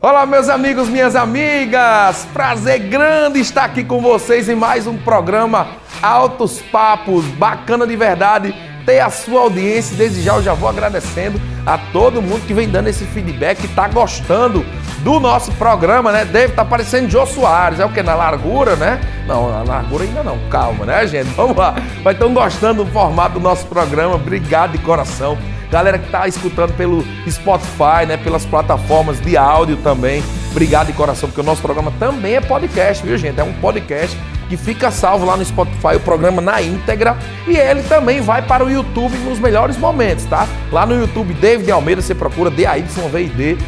Olá, meus amigos, minhas amigas! Prazer grande estar aqui com vocês em mais um programa Altos Papos, bacana de verdade ter a sua audiência. Desde já eu já vou agradecendo a todo mundo que vem dando esse feedback, que tá gostando do nosso programa, né? Deve tá parecendo Jô Soares, é o que? Na largura, né? Não, na largura ainda não, calma, né, gente? Vamos lá. Mas estão gostando do formato do nosso programa, obrigado de coração. Galera que tá escutando pelo Spotify, né? Pelas plataformas de áudio também, obrigado de coração, porque o nosso programa também é podcast, viu, gente? É um podcast que fica salvo lá no Spotify, o programa na íntegra. E ele também vai para o YouTube nos melhores momentos, tá? Lá no YouTube, David Almeida, você procura D-A-Y-V-I-D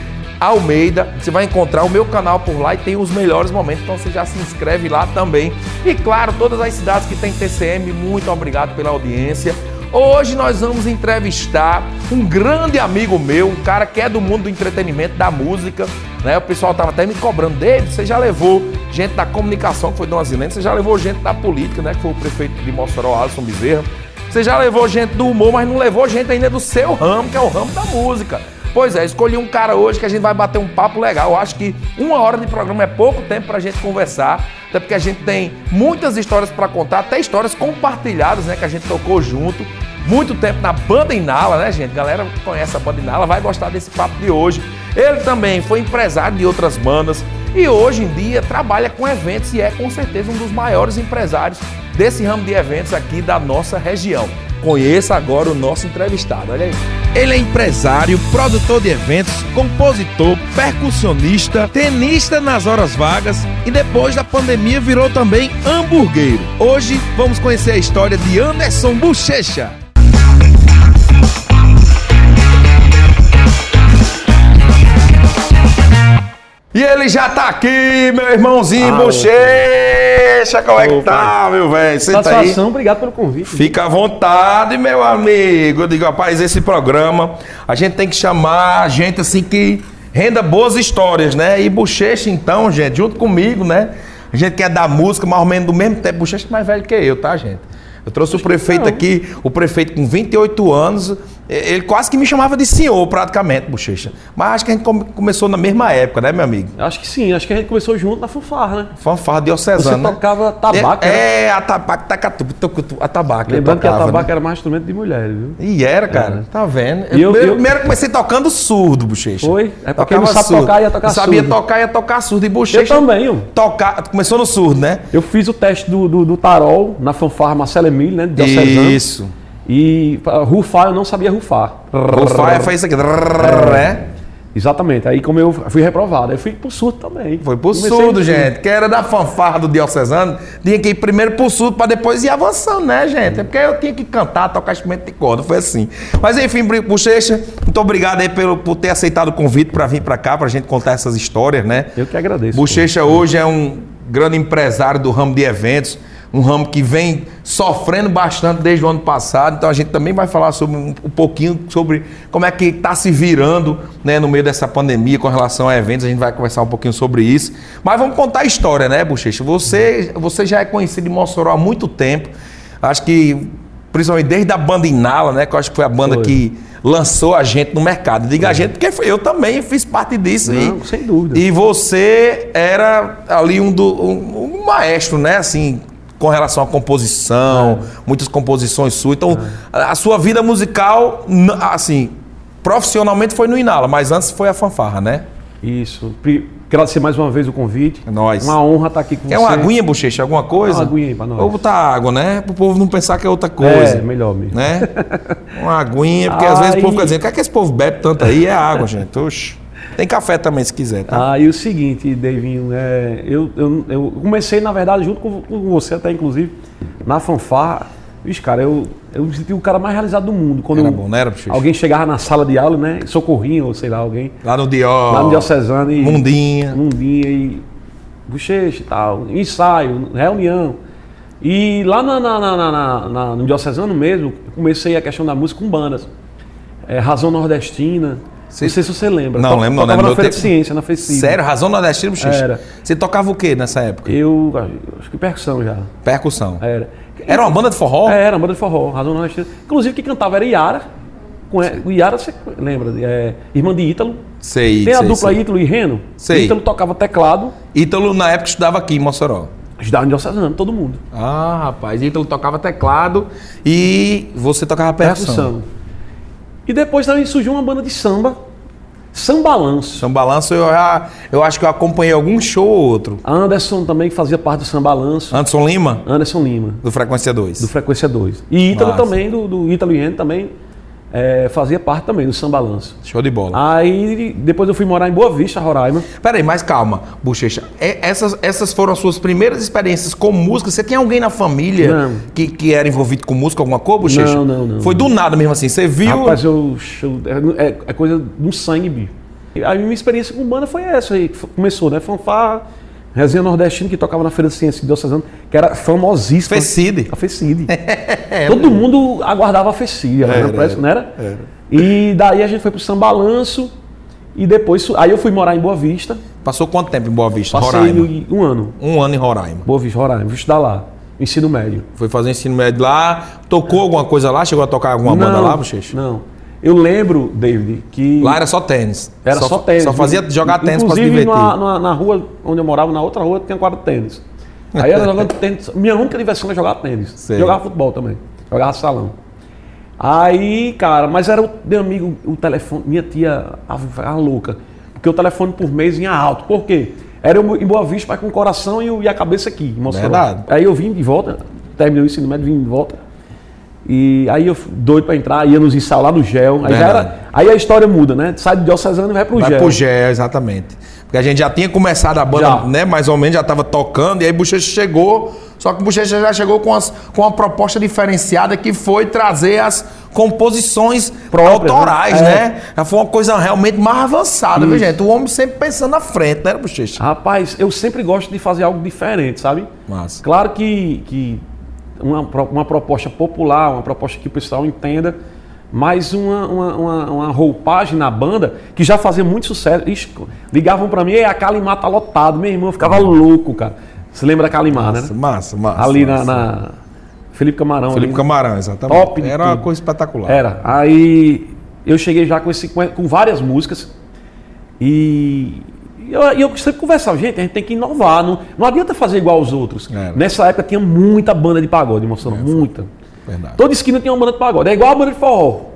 Almeida. Você vai encontrar o meu canal por lá e tem os melhores momentos, então você já se inscreve lá também. E claro, todas as cidades que tem TCM, muito obrigado pela audiência. Hoje nós vamos entrevistar um grande amigo meu, um cara que é do mundo do entretenimento, da música, né? O pessoal tava até me cobrando dele, você já levou gente da comunicação, que foi Dona Zilene, você já levou gente da política, né? Que foi o prefeito de Mossoró, Alisson Bezerra. Você já levou gente do humor, mas não levou gente ainda do seu ramo, que é o ramo da música. Pois é, escolhi um cara hoje que a gente vai bater um papo legal. Eu acho que uma hora de programa é pouco tempo pra gente conversar, até porque a gente tem muitas histórias pra contar, até histórias compartilhadas, né? Que a gente tocou junto. Muito tempo na Banda Inala, né, gente? Galera que conhece a Banda Inala, vai gostar desse papo de hoje. Ele também foi empresário de outras bandas e hoje em dia trabalha com eventos e é com certeza um dos maiores empresários desse ramo de eventos aqui da nossa região. Conheça agora o nosso entrevistado, olha aí. Ele é empresário, produtor de eventos, compositor, percussionista, tenista nas horas vagas e depois da pandemia virou também hamburgueiro. Hoje vamos conhecer a história de Anderson Bochecha. E ele já tá aqui, meu irmãozinho Ah, Bochecha! Como é que Opa. tá, meu velho? Senta aí. Satisfação, obrigado pelo convite. Fica à vontade, meu amigo. Eu digo, rapaz, esse programa a gente tem que chamar gente assim que renda boas histórias, né? E Bochecha, então, gente, junto comigo, né? A gente quer dar música, mais ou menos do mesmo tempo. Bochecha é mais velho que eu, tá, gente? Eu trouxe o prefeito aqui, o prefeito com 28 anos. e- Ele quase que me chamava de senhor, praticamente, Bochecha. Mas acho que a gente come- começou na mesma época, né, meu amigo? Acho que sim, acho que a gente começou junto na fanfarra, né? Fanfarra diocesana. né? Você tocava tabaco, né? É, é a tabaco, tacatuba, tucutu, a tabaco. eu Lembrando que a tocava, né? tabaca era mais instrumento de mulheres, viu? E era, cara. Tá vendo? E eu, eu- primeiro, eu- primeiro comecei tocando surdo, bochecha. Foi? É porque não sabe tocar, ia tocar Não Sabia surdo. tocar, ia tocar surdo. E bochecha. Eu também, ó. Tocar, começou no surdo, né? Eu fiz o teste do, do, do tarol na fanfarra Marcelo Emílio, né? De Diocesano. Isso. E pra rufar eu não sabia rufar. O Faia fez isso aqui. É. né? Exatamente. Aí como eu fui reprovado, aí eu fui pro surto também. Foi pro Comecei assim. surdo, no gente. Que era da fanfarra do diocesano. Tinha que ir primeiro pro surdo pra depois ir avançando, né, gente? É porque eu tinha que cantar, tocar instrumento de corda. Foi assim. Mas enfim, Bri- bochecha, muito obrigado aí pelo, por ter aceitado o convite pra vir pra cá, pra gente contar essas histórias, né? Eu que agradeço. Bochecha hoje é um grande empresário do ramo de eventos, um ramo que vem sofrendo bastante desde o ano passado. Então a gente também vai falar sobre um, um pouquinho sobre como é que está se virando né, no meio dessa pandemia com relação a eventos. A gente vai conversar um pouquinho sobre isso. Mas vamos contar a história, né, Bochecha? Você, você já é conhecido em Mossoró há muito tempo. Acho que principalmente desde a banda Inala, né? Que eu acho que foi a banda Foi. É. que lançou a gente no mercado. Diga a gente, porque eu também fiz parte disso. né? Não, e- sem dúvida. e você era ali um, do, um, um maestro, né? Assim, com relação à composição, É. muitas composições suas. Então, a, a sua vida musical, n- assim, profissionalmente foi no Inala, mas antes foi a fanfarra, né? Isso. Pri- Agradecer mais uma vez o convite. É nóis. Uma honra estar aqui com você. É uma aguinha, bochecha, alguma coisa? Uma aguinha aí pra nós. Ou botar água, né? Pro povo não pensar que é outra coisa. É, melhor mesmo. Né? Uma aguinha, porque às vezes o povo Aí- fica dizendo, o que é que esse povo bebe tanto aí? É água, gente. Oxe. Tem café também, se quiser, tá? Ah, e o seguinte, Davinho, é, eu, eu, eu comecei, na verdade, junto com, com você até, inclusive, na fanfarra. Vixe, cara, eu, eu me senti o cara mais realizado do mundo. Quando Era eu- Tá bom, né, não era, bochecha? alguém chegava na sala de aula, né? Socorrinho, ou sei lá, alguém. Lá no Dior. Lá no Diocesano e... Mundinha. Mundinha e... Bochecha e tal. Ensaio, reunião. E lá na, na, na, na- na- na- no Diocesano mesmo, eu comecei a questão da música com bandas. É, Razão Nordestina. Cê- Não sei se você lembra. Não, Toc- lembro, não tocava lembro. na Eu Feira te- de Ciência, na FECIB. Sério? Razão Nordestina, bochecha? Era. Você tocava o que nessa época? Eu acho que percussão já. Percussão. Era. Era uma banda de É forró? É, era uma banda de forró, Razão Nordestina. Inclusive, quem cantava era Iara. conhece, o Yara você lembra, é, irmã de Ítalo. Sei. Tem a sei, dupla sei. Ítalo e Reno. Sei. Ítalo tocava teclado, Ítalo, na época, estudava aqui em Mossoró. ajudava no Diocesano, todo mundo. Ah, rapaz. Ítalo tocava teclado e você tocava percussão. Percussão. E depois também surgiu uma banda de samba, Sambalanço. São é um Balanço, eu, já- eu acho que eu acompanhei algum show ou outro. Anderson também que fazia parte do Sambalanço. Anderson Lima, Anderson Lima, do Frequência 2. do Frequência 2. E Ítalo Massa. também, do, do Ítalo e Reno também, é, fazia parte também do Sambalanço. Show de bola. Aí depois eu fui morar em Boa Vista, Roraima. Peraí, mas calma, Bochecha. É- essas, essas foram as suas primeiras experiências com música? Você tem alguém na família Não. que, que era envolvido com música, alguma coisa, Bochecha? Não, não, não. Foi do nada mesmo assim. Você viu? Rapaz, eu, eu- é, é coisa do sangue, bicho. E A minha experiência com banda foi essa aí. que f- Começou, né? Fanfarra, resenha nordestina que tocava na Feira de Ciência de Diocesano, que era famosíssima. Fecide. A Fecide. Todo mundo aguardava a Fecide, era, É, Era, parece, era, não era? E daí a gente foi pro São Balanço e depois... su- Aí eu fui morar em Boa Vista. Passou quanto tempo em Boa Vista? Passei Roraima. um ano. Um ano em Roraima. Boa Vista, Roraima. Vou estudar lá. Ensino médio. Foi fazer o ensino médio lá, tocou alguma coisa lá? Chegou a tocar alguma banda lá, Bochecha? Não. Eu lembro, David, que... Lá era só tênis. Era só, tênis. né? Só fazia jogar tênis pra se Inclusive, divertir. Na, na, na rua onde eu morava, na outra rua, tinha quadra de tênis. Aí era jogando tênis. Minha única diversão era jogar tênis. Sei. Jogava futebol também. Jogava salão. Aí, cara, mas era o meu amigo, o telefone. Minha tia, a, a louca. Porque o telefone por mês vinha alto. Por quê? Era eu em Boa Vista, mas com o coração e, o- e a cabeça aqui. em Mossoró. Verdade. Aí eu vim de volta, terminei o ensino médio, vim de volta. E aí eu fui doido pra entrar, ia nos ensaios lá no gel. Aí, já Verdade. era, aí a história muda, né? Sai do Diocesano e vai pro Vai gel. pro Gé, exatamente. Porque a gente já tinha começado a banda, Já. né? Mais ou menos, já tava tocando, e aí Bochecha chegou, só que Bochecha já chegou com, as, com uma proposta diferenciada que foi trazer as composições Próprias, autorais, né? né? Já Foi uma coisa realmente mais avançada, viu, gente? O homem sempre pensando na frente, né, Bochecha? Rapaz, eu sempre gosto de fazer algo diferente, sabe? Massa. Claro que, que uma, pro- uma proposta popular, uma proposta que o pessoal entenda, mas uma, uma, uma- uma roupagem na banda que já fazia muito sucesso. Ixi, ligavam pra mim, e a Calimar tá lotado, meu irmão, eu ficava louco, cara. Você lembra da Calimar, né? Massa, massa, massa. Ali na, massa. na Felipe Camarão. Felipe ali. Camarão, exatamente. Top de Era uma tudo. É. coisa espetacular. Era. Aí eu cheguei já com, esse, com com várias músicas e e eu, e eu sempre conversava, gente, a gente tem que inovar, não, não adianta fazer igual aos outros. Era. É, Nessa época tinha muita banda de pagode, mostrando, muita. Verdade. Toda esquina tinha uma banda de pagode, é igual a banda de forró,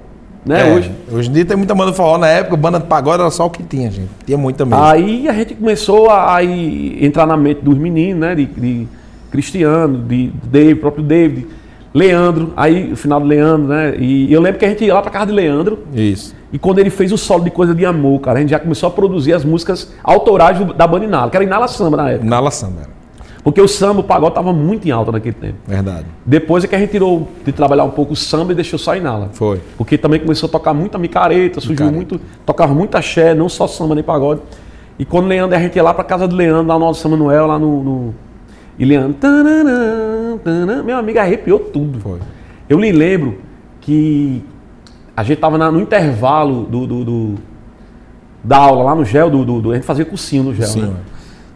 né, É, hoje. hoje em dia tem muita banda de forró. Na época, banda de pagode era só o que tinha, gente. Tinha muita mesmo. Aí a gente começou a, a ir- entrar na mente dos meninos, né? De, de Cristiano, de David, próprio David, Leandro, aí o final do Leandro, né? E eu lembro que a gente ia lá pra casa de Leandro, Isso. E quando ele fez o solo de Coisa de Amor, cara, a gente já começou a produzir as músicas autorais do- da banda Inala, que era Inala Samba na época. Na né? Laçamba, era. Porque o samba, o pagode tava muito em alta naquele tempo. Verdade. Depois é que a gente tirou de trabalhar um pouco o samba e deixou só Inala. Foi. Porque também começou a tocar muita micareta, surgiu Micareta. muito, tocava muito axé, não só samba nem pagode. E quando Leandro, a gente ia lá pra casa do Leandro, lá no Alto São Manuel, lá no... no- E Leandro... tananã, tananã, meu amigo arrepiou tudo. Foi. Eu me lembro que a gente tava na- no intervalo do, do- do- da aula, lá no gel, do, do- do- a gente fazia cursinho no gel, Sim, né? ué.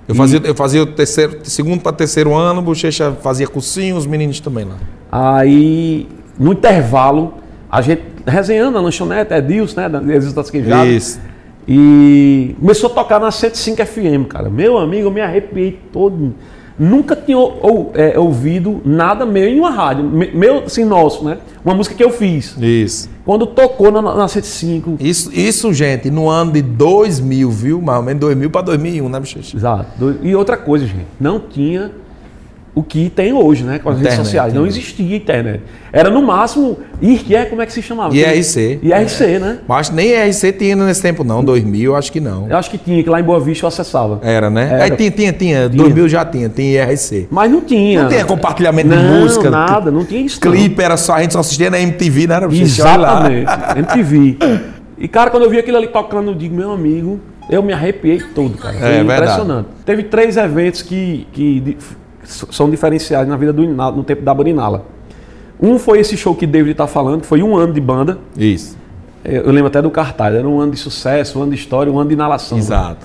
Eu fazia, eu fazia o terceiro, segundo para terceiro ano, bochecha fazia cursinho, os meninos também lá. Aí, no intervalo, a gente resenhando na lanchonete, é Dilson, né? da- Edilson das Queijadas. Isso. E começou a tocar na 105 FM, cara. Meu amigo, eu me arrepiei todo. Nunca tinha ou- ou- é, ouvido nada meu em uma rádio. Me- Meu, assim, nosso, né? Uma música que eu fiz. Isso. Quando tocou na, na 105. Isso, isso, gente, no ano de 2000, viu? Mais ou menos 2000 para 2001, né, bochecha? Exato. Do- E outra coisa, gente, não tinha o que tem hoje, né? Com as Internet, redes sociais. Não né? existia internet. Era no máximo IRC, como é que se chamava? IRC. IRC, né? Mas nem RC tinha nesse tempo não, 2000 acho que não. Eu acho que tinha, que lá em Boa Vista eu acessava. Era, né? Era. Aí tinha, tinha, tinha, 2000 já tinha, tinha IRC. Mas não tinha. Não tinha compartilhamento de Não, música. nada, não tinha isso. não. Clipe era só, a gente só assistia na MTV, né, era, bochecha? Olha lá. Exatamente. MTV. E, cara, quando eu vi aquilo ali tocando, eu digo, meu amigo, eu me arrepiei todo, cara. Foi É, verdade. impressionante. Teve três eventos que, que di- f- são diferenciais na vida do Inala, no tempo da Barinala. Um foi esse show que David tá falando, que foi um ano de banda. É, Isso. Eu eu lembro até do cartaz, era um ano de sucesso, um ano de história, um ano de inalação. Exato.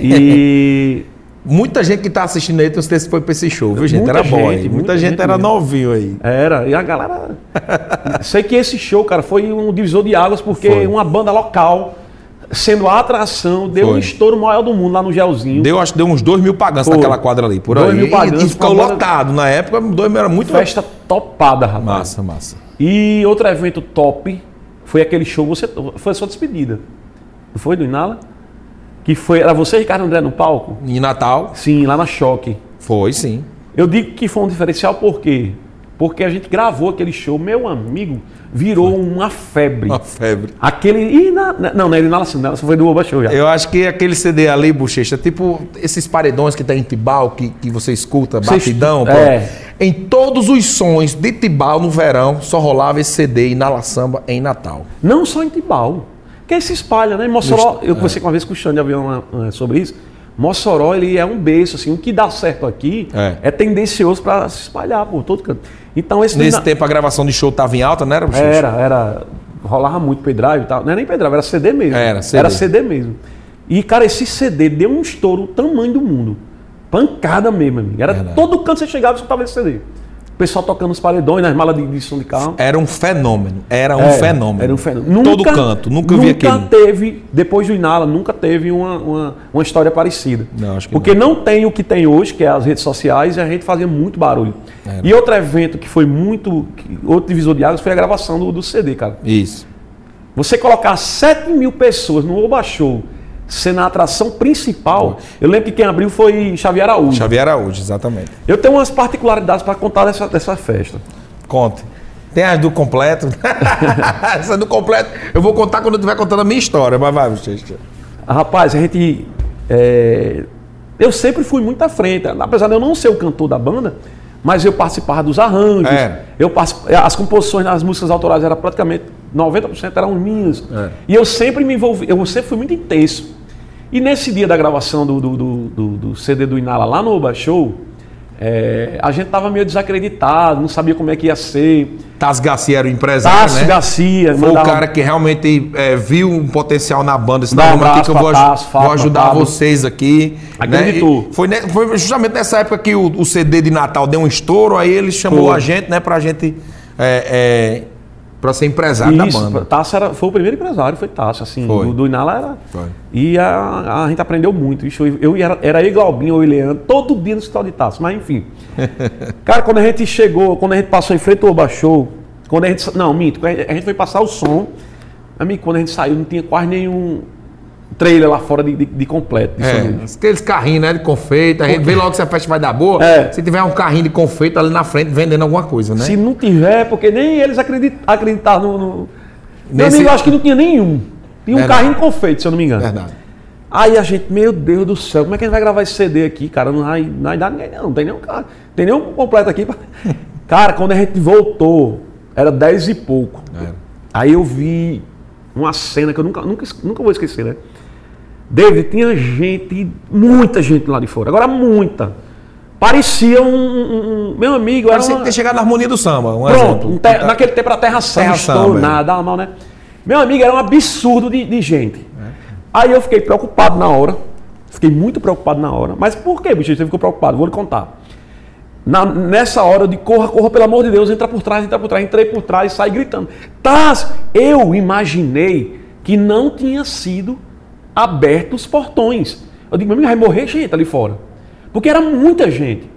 E Muita gente que tá assistindo aí, não sei se foi pra esse show, viu, gente? Muita era bom, gente, hein? Muita, muita gente, gente era mesmo. novinho aí. Era, e a galera. Sei que esse show, cara, foi um divisor de águas, porque Foi. uma banda local, sendo a atração, deu Foi. um estouro maior do mundo lá no Gelzinho. Deu, acho que deu uns dois mil pagantes Foi. naquela quadra ali, por Dois aí. mil pagantes, e ficou com a banda- lotado. Na época, dois mil era muito Festa topada, rapaz. Massa, massa. E outro evento top foi aquele show, você, foi a sua despedida. Não foi, do Inala? Que foi, era você e Ricardo André no palco? Em Natal, Sim, lá na Choque. foi sim. Eu digo que foi um diferencial por quê? Porque a gente gravou aquele show, meu amigo, virou uma febre. Uma febre. Aquele. Ih, na, na- não, não é Inala, sim, Inala só foi do Oba Show já. Eu acho que aquele CD ali, bochecha, tipo esses paredões que tem em Tibau, que, que você escuta, Você batidão. escu- pô. é. Em todos os sons de Tibau no verão, só rolava esse CD Inala Samba em Natal. Não só em Tibau. Porque aí se espalha, né? Em Mossoró, é. eu conversei com uma vez com o Xande Avião lá, eh, sobre isso. Mossoró, ele é um berço, assim. O que dá certo aqui É. é, tendencioso para se espalhar por todo canto. Então, esse... Nesse na- É, tempo a gravação de show tava em alta, não era, bochecha? Era, era... Rolava muito pendrive e tal. Não era nem pendrive, era CD mesmo. Era, CD. Era CD mesmo. E, cara, esse CD deu um estouro o tamanho do mundo. Pancada mesmo, amigo. Era Verdade. todo canto que você chegava e escutava esse CD. O pessoal tocando os paredões, nas malas de, de som de carro. Era um fenômeno. Era um É, fenômeno. Era um fenômeno. Todo canto. Nunca, vi aquilo. Nunca teve, depois do Inala, nunca teve uma, uma, uma história parecida. Não, acho que Porque não. tem o que tem hoje, que é as redes sociais, e a gente fazia muito barulho. É, E outro evento que foi muito. que- Outro divisor de águas foi a gravação do, do CD, cara. Isso. Você colocar 7 mil pessoas no Oba Show sendo a atração principal, eu lembro que quem abriu foi Xavier Araújo. Xavier Araújo, exatamente. Eu tenho umas particularidades para contar dessa, dessa festa. Conte. Tem as do completo. Essa do completo eu vou contar quando eu estiver contando a minha história, mas vai, bochecha. Ah, Rapaz, a gente. é, eu sempre fui muito à frente, apesar de eu não ser o cantor da banda, mas eu participava dos arranjos. É. Eu particip- As composições nas músicas autorais eram praticamente 90% eram minhas. É. E eu sempre me envolvi, eu sempre fui muito intenso. E nesse dia da gravação do, do, do- do- do CD do Inala lá no Oba Show, é, a gente tava meio desacreditado, não sabia como é que ia ser. Tasso Garcia era o empresário, Tássio né? Garcia, Foi o mandava- cara que realmente é, viu um potencial na banda. Disse, Dá não, um aqui abraço que eu pra vou, aj- Tássio, Fábio, vou ajudar Fábio." vocês aqui. Acreditou. Né? E Foi, ne- foi justamente nessa época que o, o CD de Natal deu um estouro, aí ele chamou Foi. a gente, né, pra gente... É, é, pra ser empresário Isso, da banda. Tasso era, foi o primeiro empresário, foi Tasso, assim, Foi. Do, do Inala era. Foi. E a, a gente aprendeu muito. Ixi, eu, eu era, era eu e Glaubinho ou Ileandro, todo dia no hospital de Tasso, mas enfim. Cara, quando a gente chegou, quando a gente passou em frente ao Oba Show, quando a gente. Não, minto, quando a gente- a gente foi passar o som. Amigo, quando a gente saiu, não tinha quase nenhum trailer lá fora de, de- de completo. de som. É, aqueles carrinhos, né, de confeito. A gente vê logo se a festa vai dar boa. É. Se tiver um carrinho de confeito ali na frente vendendo alguma coisa, né? Se não tiver, porque nem eles acredit, acreditaram no. no... Meu Nesse- amigo, eu acho que não tinha nenhum. Tinha um Verdade. carrinho de confeito, se eu não me engano. Verdade. Aí a gente, meu Deus do céu, como é que a gente vai gravar esse CD aqui, cara? Não vai, não vai dar ninguém, não. Não tem nenhum cara. não Tem nenhum completo aqui. pra- cara, quando a gente voltou, era dez e pouco. É. Aí eu vi uma cena que eu nunca, nunca, es- nunca vou esquecer, né? David, tinha gente, muita gente lá de fora. Agora, muita. Parecia um. um- um- meu amigo, era. Parecia que uma- ter chegado na harmonia do samba, um Pronto, exemplo. um ter- naquele tempo era terra samba, Terra samba, estourou nada, é. dava mal, né? Meu amigo, era um absurdo de, de gente. É. Aí eu fiquei preocupado na hora, fiquei muito preocupado na hora. Mas por que, bicho, você ficou preocupado? Vou lhe contar. Na- nessa hora eu de corra, corra, pelo amor de Deus, entra por trás, entra por trás, entrei por trás e saí gritando. Taz, eu imaginei que não tinha sido aberto os portões. Eu digo, meu amigo, vai morrer gente ali fora. Porque era muita gente.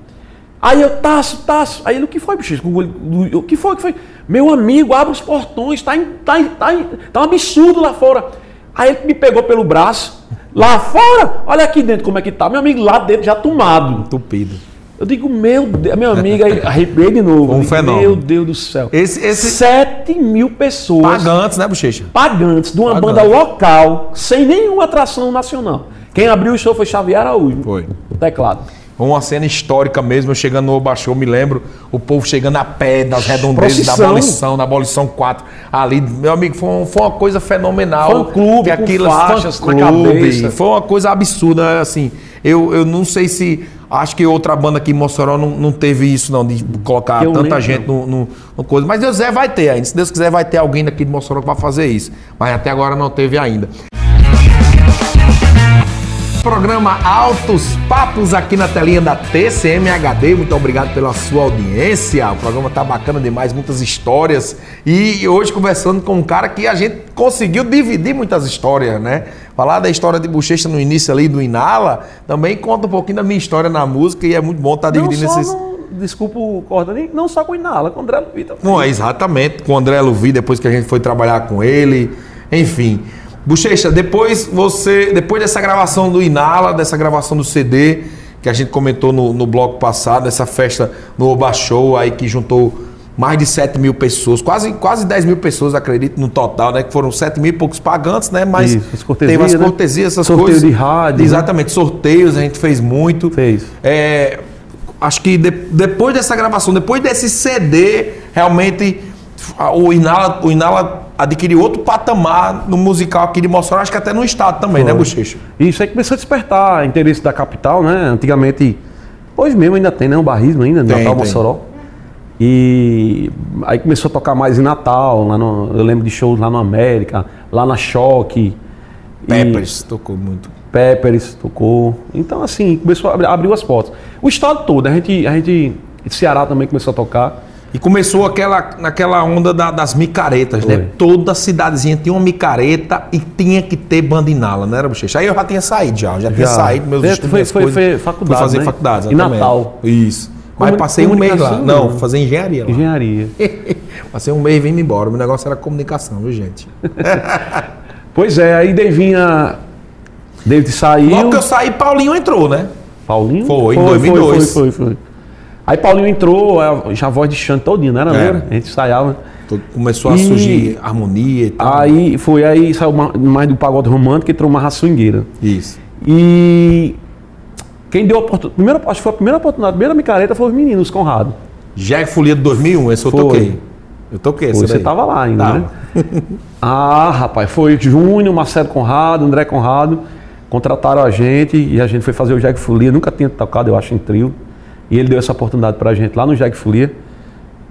Aí eu, Taço, Taço. Aí ele, o que foi, bicho? Com o olho- O que foi, o que foi? Meu amigo, abre os portões, tá, em- tá, em- tá, em- tá um absurdo lá fora. Aí ele me pegou pelo braço, lá fora, olha aqui dentro como é que tá. Meu amigo, lá dentro já tomado. Entupido. Eu digo, meu Deus, minha amiga, aí arrepiei de novo. Um Eu digo, fenômeno. Meu Deus do céu. Esse- esse- 7 mil pessoas Pagantes, né, bochecha? pagantes de uma Pagante. banda local, sem nenhuma atração nacional. Quem abriu o show foi Xavier Araújo. Foi. O teclado. Foi Uma cena histórica mesmo, eu chegando no Obaxô, eu me lembro, o povo chegando a pé das redondezas da Procissão. abolição, da abolição 4, ali, meu amigo, foi, um- foi uma coisa fenomenal. Fã-clube, Que com aquilo, faixas na cabeça. Foi uma coisa absurda, assim, eu, eu não sei se, acho que outra banda aqui em Mossoró não, não teve isso não, de colocar Eu tanta lembro, gente no, no- no coisa, mas Deus quiser vai ter ainda, se Deus quiser vai ter alguém daqui de Mossoró que vai fazer isso, mas até agora não teve ainda. programa Altos Papos aqui na telinha da TCMHD. Muito obrigado pela sua audiência. O programa tá bacana demais, muitas histórias. E hoje conversando com um cara que a gente conseguiu dividir muitas histórias, né? Falar da história de bochecha no início ali do Inala, também conta um pouquinho da minha história na música e é muito bom estar dividindo não só esses. no- desculpa o corda, nem- não só com o Inala, com o André Lupita. Bom, é, exatamente, com o André Luvi, depois que a gente foi trabalhar com ele, enfim. Bochecha, depois você, depois dessa gravação do Inala, dessa gravação do CD, que a gente comentou no, no bloco passado, essa festa no Oba Show aí que juntou mais de 7 mil pessoas, quase, quase 10 mil pessoas, acredito, no total, né? Que foram 7 mil e poucos pagantes, né? Mas Isso, as cortesias, teve as né? cortesias, essas Sorteio coisas. de rádio, né? Exatamente, sorteios a gente fez muito. Fez. É, acho que de- depois dessa gravação, depois desse CD, realmente a- o Inala, o Inala adquiriu outro patamar no musical aqui de Mossoró, acho que até no estado também, né, Bochecha? Isso aí começou a despertar interesse da capital, né? Antigamente, hoje mesmo ainda tem, né? Um barrismo ainda, Tem, Natal, tem. Mossoró. E aí começou a tocar mais em Natal, lá no- eu lembro de shows lá no América, lá na Choque. E Peppers tocou muito. Peppers tocou. Então, assim, começou a abrir, abriu as portas. O estado todo, a gente, a gente. Ceará também começou a tocar. E começou aquela, naquela onda da- das micaretas, né? Foi. Toda cidadezinha tinha uma micareta e tinha que ter banda Inala, não era, Bochecha? Aí eu já tinha saído, já, já tinha Já. saído, meus Foi- estudos, foi- minhas foi- coisas. foi faculdade, Fui fazer né? faculdade, E exatamente. Natal. Isso. Mas Comuni- passei um mês lá. comunicação, Não, né? fazer engenharia lá. Engenharia. Passei um mês vindo embora. O meu negócio era comunicação, viu, gente? Pois é, aí Devinha. David saiu. Logo que eu saí, Paulinho entrou, né? Paulinho? Foi, em 2002. Foi, foi, foi. Aí Paulinho entrou, a- já a voz de Xande todinho, não era? Era. Lembra? A gente ensaiava. Então, Começou a E- Ah. surgir harmonia e tal. Aí foi, aí saiu ma- mais do pagode romântico e entrou uma raçungueira. Isso. E quem deu a oportunidade, primeira, acho que foi a primeira oportunidade, a primeira micareta foi os meninos, Conrado. Jack é Folia de 2001, esse eu Foi. toquei. Eu toquei esse Pô, você daí. tava lá ainda, Tava. né? ah, rapaz, foi Júnior, Marcelo Conrado, André Conrado, contrataram a gente e a gente foi fazer o Jack Folia, nunca tinha tocado, eu acho, em trio. E ele deu essa oportunidade pra gente lá no Jack Folia.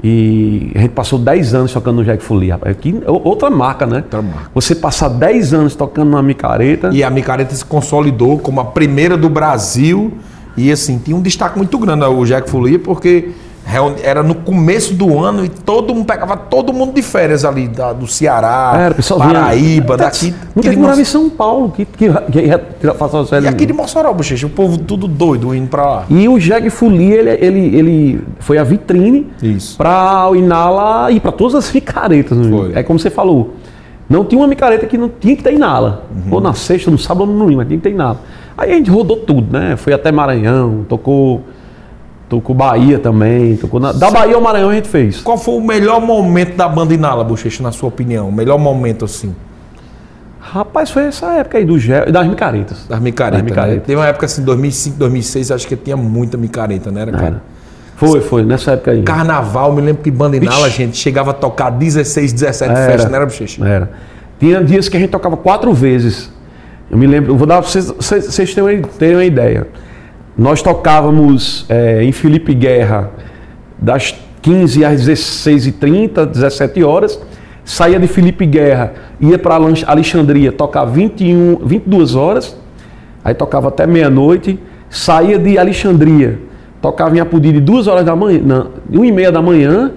E a gente passou 10 anos tocando no Jack Folia, rapaz. Que, o- outra marca, né? Outra marca. Você passar 10 anos tocando numa micareta. E a micareta se consolidou como a primeira do Brasil. E assim, tinha um destaque muito grande o Jack Folia, porque reuni- era no começo do ano e todo mundo pegava todo mundo de férias ali, da- do Ceará, Ah, era, o pessoal vinha- Paraíba, Muita- daqui. Muita aquele gente morava monte- em São Paulo, que, que, que, que passava as E férias- aqui de Mossoró, bochecha, o povo tudo doido indo pra lá. E o Jag Folia, ele, ele, ele foi a vitrine Isso. para o Inala e para todas as micaretas. né? Foi. É como você falou. Não tinha uma micareta que não tinha que ter Inala. Uhum. Ou na sexta, no sábado ou no domingo, mas tinha que ter Inala. Aí a gente rodou tudo, né? Foi até Maranhão, tocou, tocou Bahia também. Tocou na- da Bahia ao Maranhão a gente fez. Qual foi o melhor momento da banda Inala, Bochecha, na sua opinião? O melhor momento, assim, Rapaz, foi essa época aí do gel, das micaretas. das micaretas. Das micaretas. Né? Teve uma época assim, 2005, 2006, acho que tinha muita micareta, né, era, cara? Cara. Foi, foi, nessa época aí. Carnaval, me lembro que banda Inala, Ixi. gente, chegava a tocar 16, 17 Era. festas, não era, Bochecha? Era. Tinha dias que a gente tocava quatro vezes. Eu me lembro, eu vou dar pra vocês, vocês, vocês terem, uma- terem uma ideia. Nós tocávamos eh, em Felipe Guerra das 15 às 16h30, 17 horas. Saía de Felipe Guerra, ia para Alexandria tocar 21, 22 horas. Aí tocava até meia-noite. Saía de Alexandria, tocava em Apudi de 2 horas da manhã, não, 1 e meia da manhã.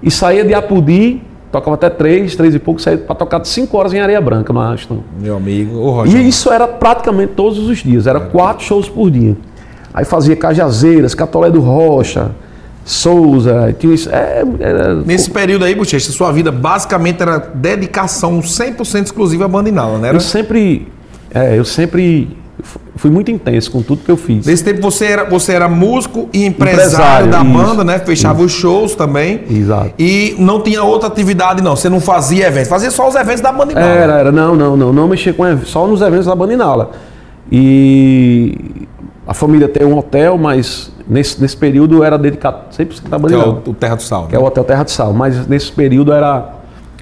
E saía de Apudi, tocava até 3, 3 e pouco, saía para tocar 5 horas em Areia Branca, no Aston. Meu amigo, ô Roger. E isso era praticamente todos os dias, era quatro shows por dia. Aí fazia Cajazeiras, Catolé do Rocha, Souza, tinha isso. É, era- Nesse período aí, Bochecha, sua vida basicamente era dedicação 100% exclusiva à banda Inala, né? Era? Eu sempre. é, eu sempre fu- fui muito intenso com tudo que eu fiz. Nesse tempo você era, você era músico e empresário, Empresário, da isso, banda, né? Fechava os shows também. Exato. E não tinha outra atividade, não. Você não fazia eventos. Fazia só os eventos da banda e bala. Era, era, não, não, não, não mexer com ev- só nos eventos da banda Inala. E a família tem um hotel, mas nesse, nesse período era dedicado 100% à banda Que é Inala, o, o Terra do Sal. né? que é o Hotel Terra de Sal, mas nesse período era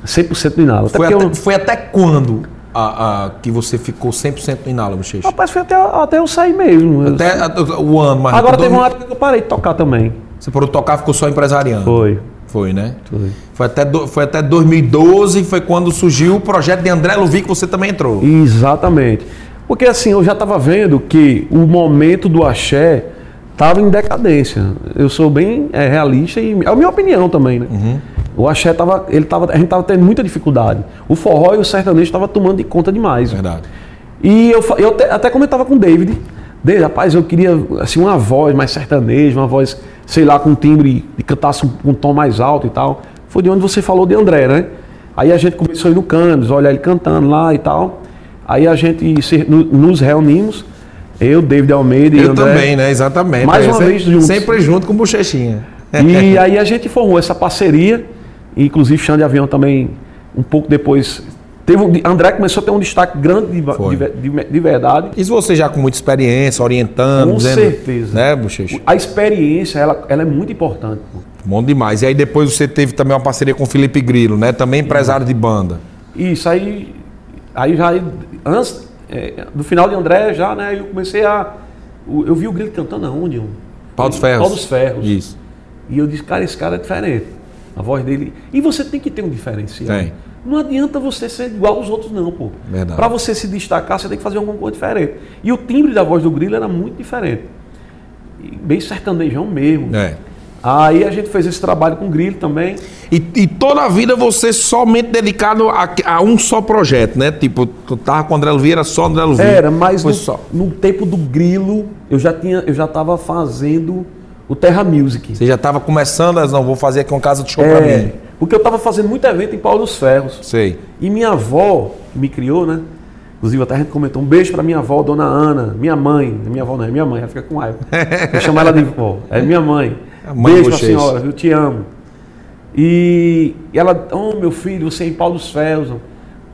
100% do Inala. Até foi, é porque até, eu- foi até quando a, a- que você ficou 100% no Inala, Bochecha? Rapaz, foi até, até eu sair mesmo. Eu- Até a- o ano, mas... Agora dois- teve uma época que eu parei de tocar também. Você parou de tocar, ficou só empresariando. Foi. Foi, né? Foi. Foi até, do- foi até 2012, foi quando surgiu o projeto de André Luvi, que você também entrou. Exatamente. Porque assim, eu já estava vendo que o momento do axé estava em decadência. Eu sou bem é, realista e é a minha opinião também, né? O axé tava, ele tava, a gente tava tendo muita dificuldade. O forró e o sertanejo estavam tomando de conta demais. Verdade. E eu, fa- eu te- até comentava com o David. David, rapaz, eu queria assim, uma voz mais sertaneja, uma voz, sei lá, com timbre que cantasse um, um tom mais alto e tal. Foi de onde você falou de André, né? Aí a gente começou a ir no Cannes, olhar ele cantando lá e tal. Aí a gente se- no- nos reunimos, eu, David Almeida e Eu André. também, né? Exatamente. Mais É, uma se- vez juntos. Sempre junto com bochechinha. E aí a gente formou essa parceria, e inclusive Xande Avião também, um pouco depois. Teve um, André começou a ter um destaque grande de, Foi. de- de- de verdade. Isso você já com muita experiência, orientando, Com dizendo. certeza. Né, bochecha? A experiência, ela, ela é muito importante. pô. Bom demais. E aí depois você teve também uma parceria com o Felipe Grilo, né? Também empresário de banda. Isso aí, aí já, antes é, do final de André, já, né, eu comecei a, o- eu vi o Grilo cantando aonde? um- Pau dos Ferros. Pau dos Ferros. Isso. E eu disse, cara, esse cara é diferente. A voz dele. E você tem que ter um diferencial. Tem. Não adianta você ser igual aos outros, não, pô. Verdade. Pra você se destacar, você tem que fazer alguma coisa diferente. E o timbre da voz do Grilo era muito diferente. E bem sertanejão mesmo. É. Aí a gente fez esse trabalho com o Grilo também. E, e toda a vida você somente dedicado a, a um só projeto, né? Tipo, tu tava com o André Luvi, era só André Luvi. Era, mas Foi no, só. no tempo do Grilo, eu já tinha, eu já tava fazendo o Terra Music. Você já tava começando, mas não, vou fazer aqui um casa de show pra É, mim. porque eu tava fazendo muito evento em Paulo dos Ferros. Sei. E minha avó, que me criou, né? Inclusive, até a gente comentou um beijo pra minha avó, dona Ana, minha mãe. Minha avó não é minha mãe, ela fica com raiva. Eu chamo ela de vó, é minha mãe. A mãe beijo pra de vocês. senhora, eu te amo. E ela, oh meu filho, você é em Paulo dos Ferros.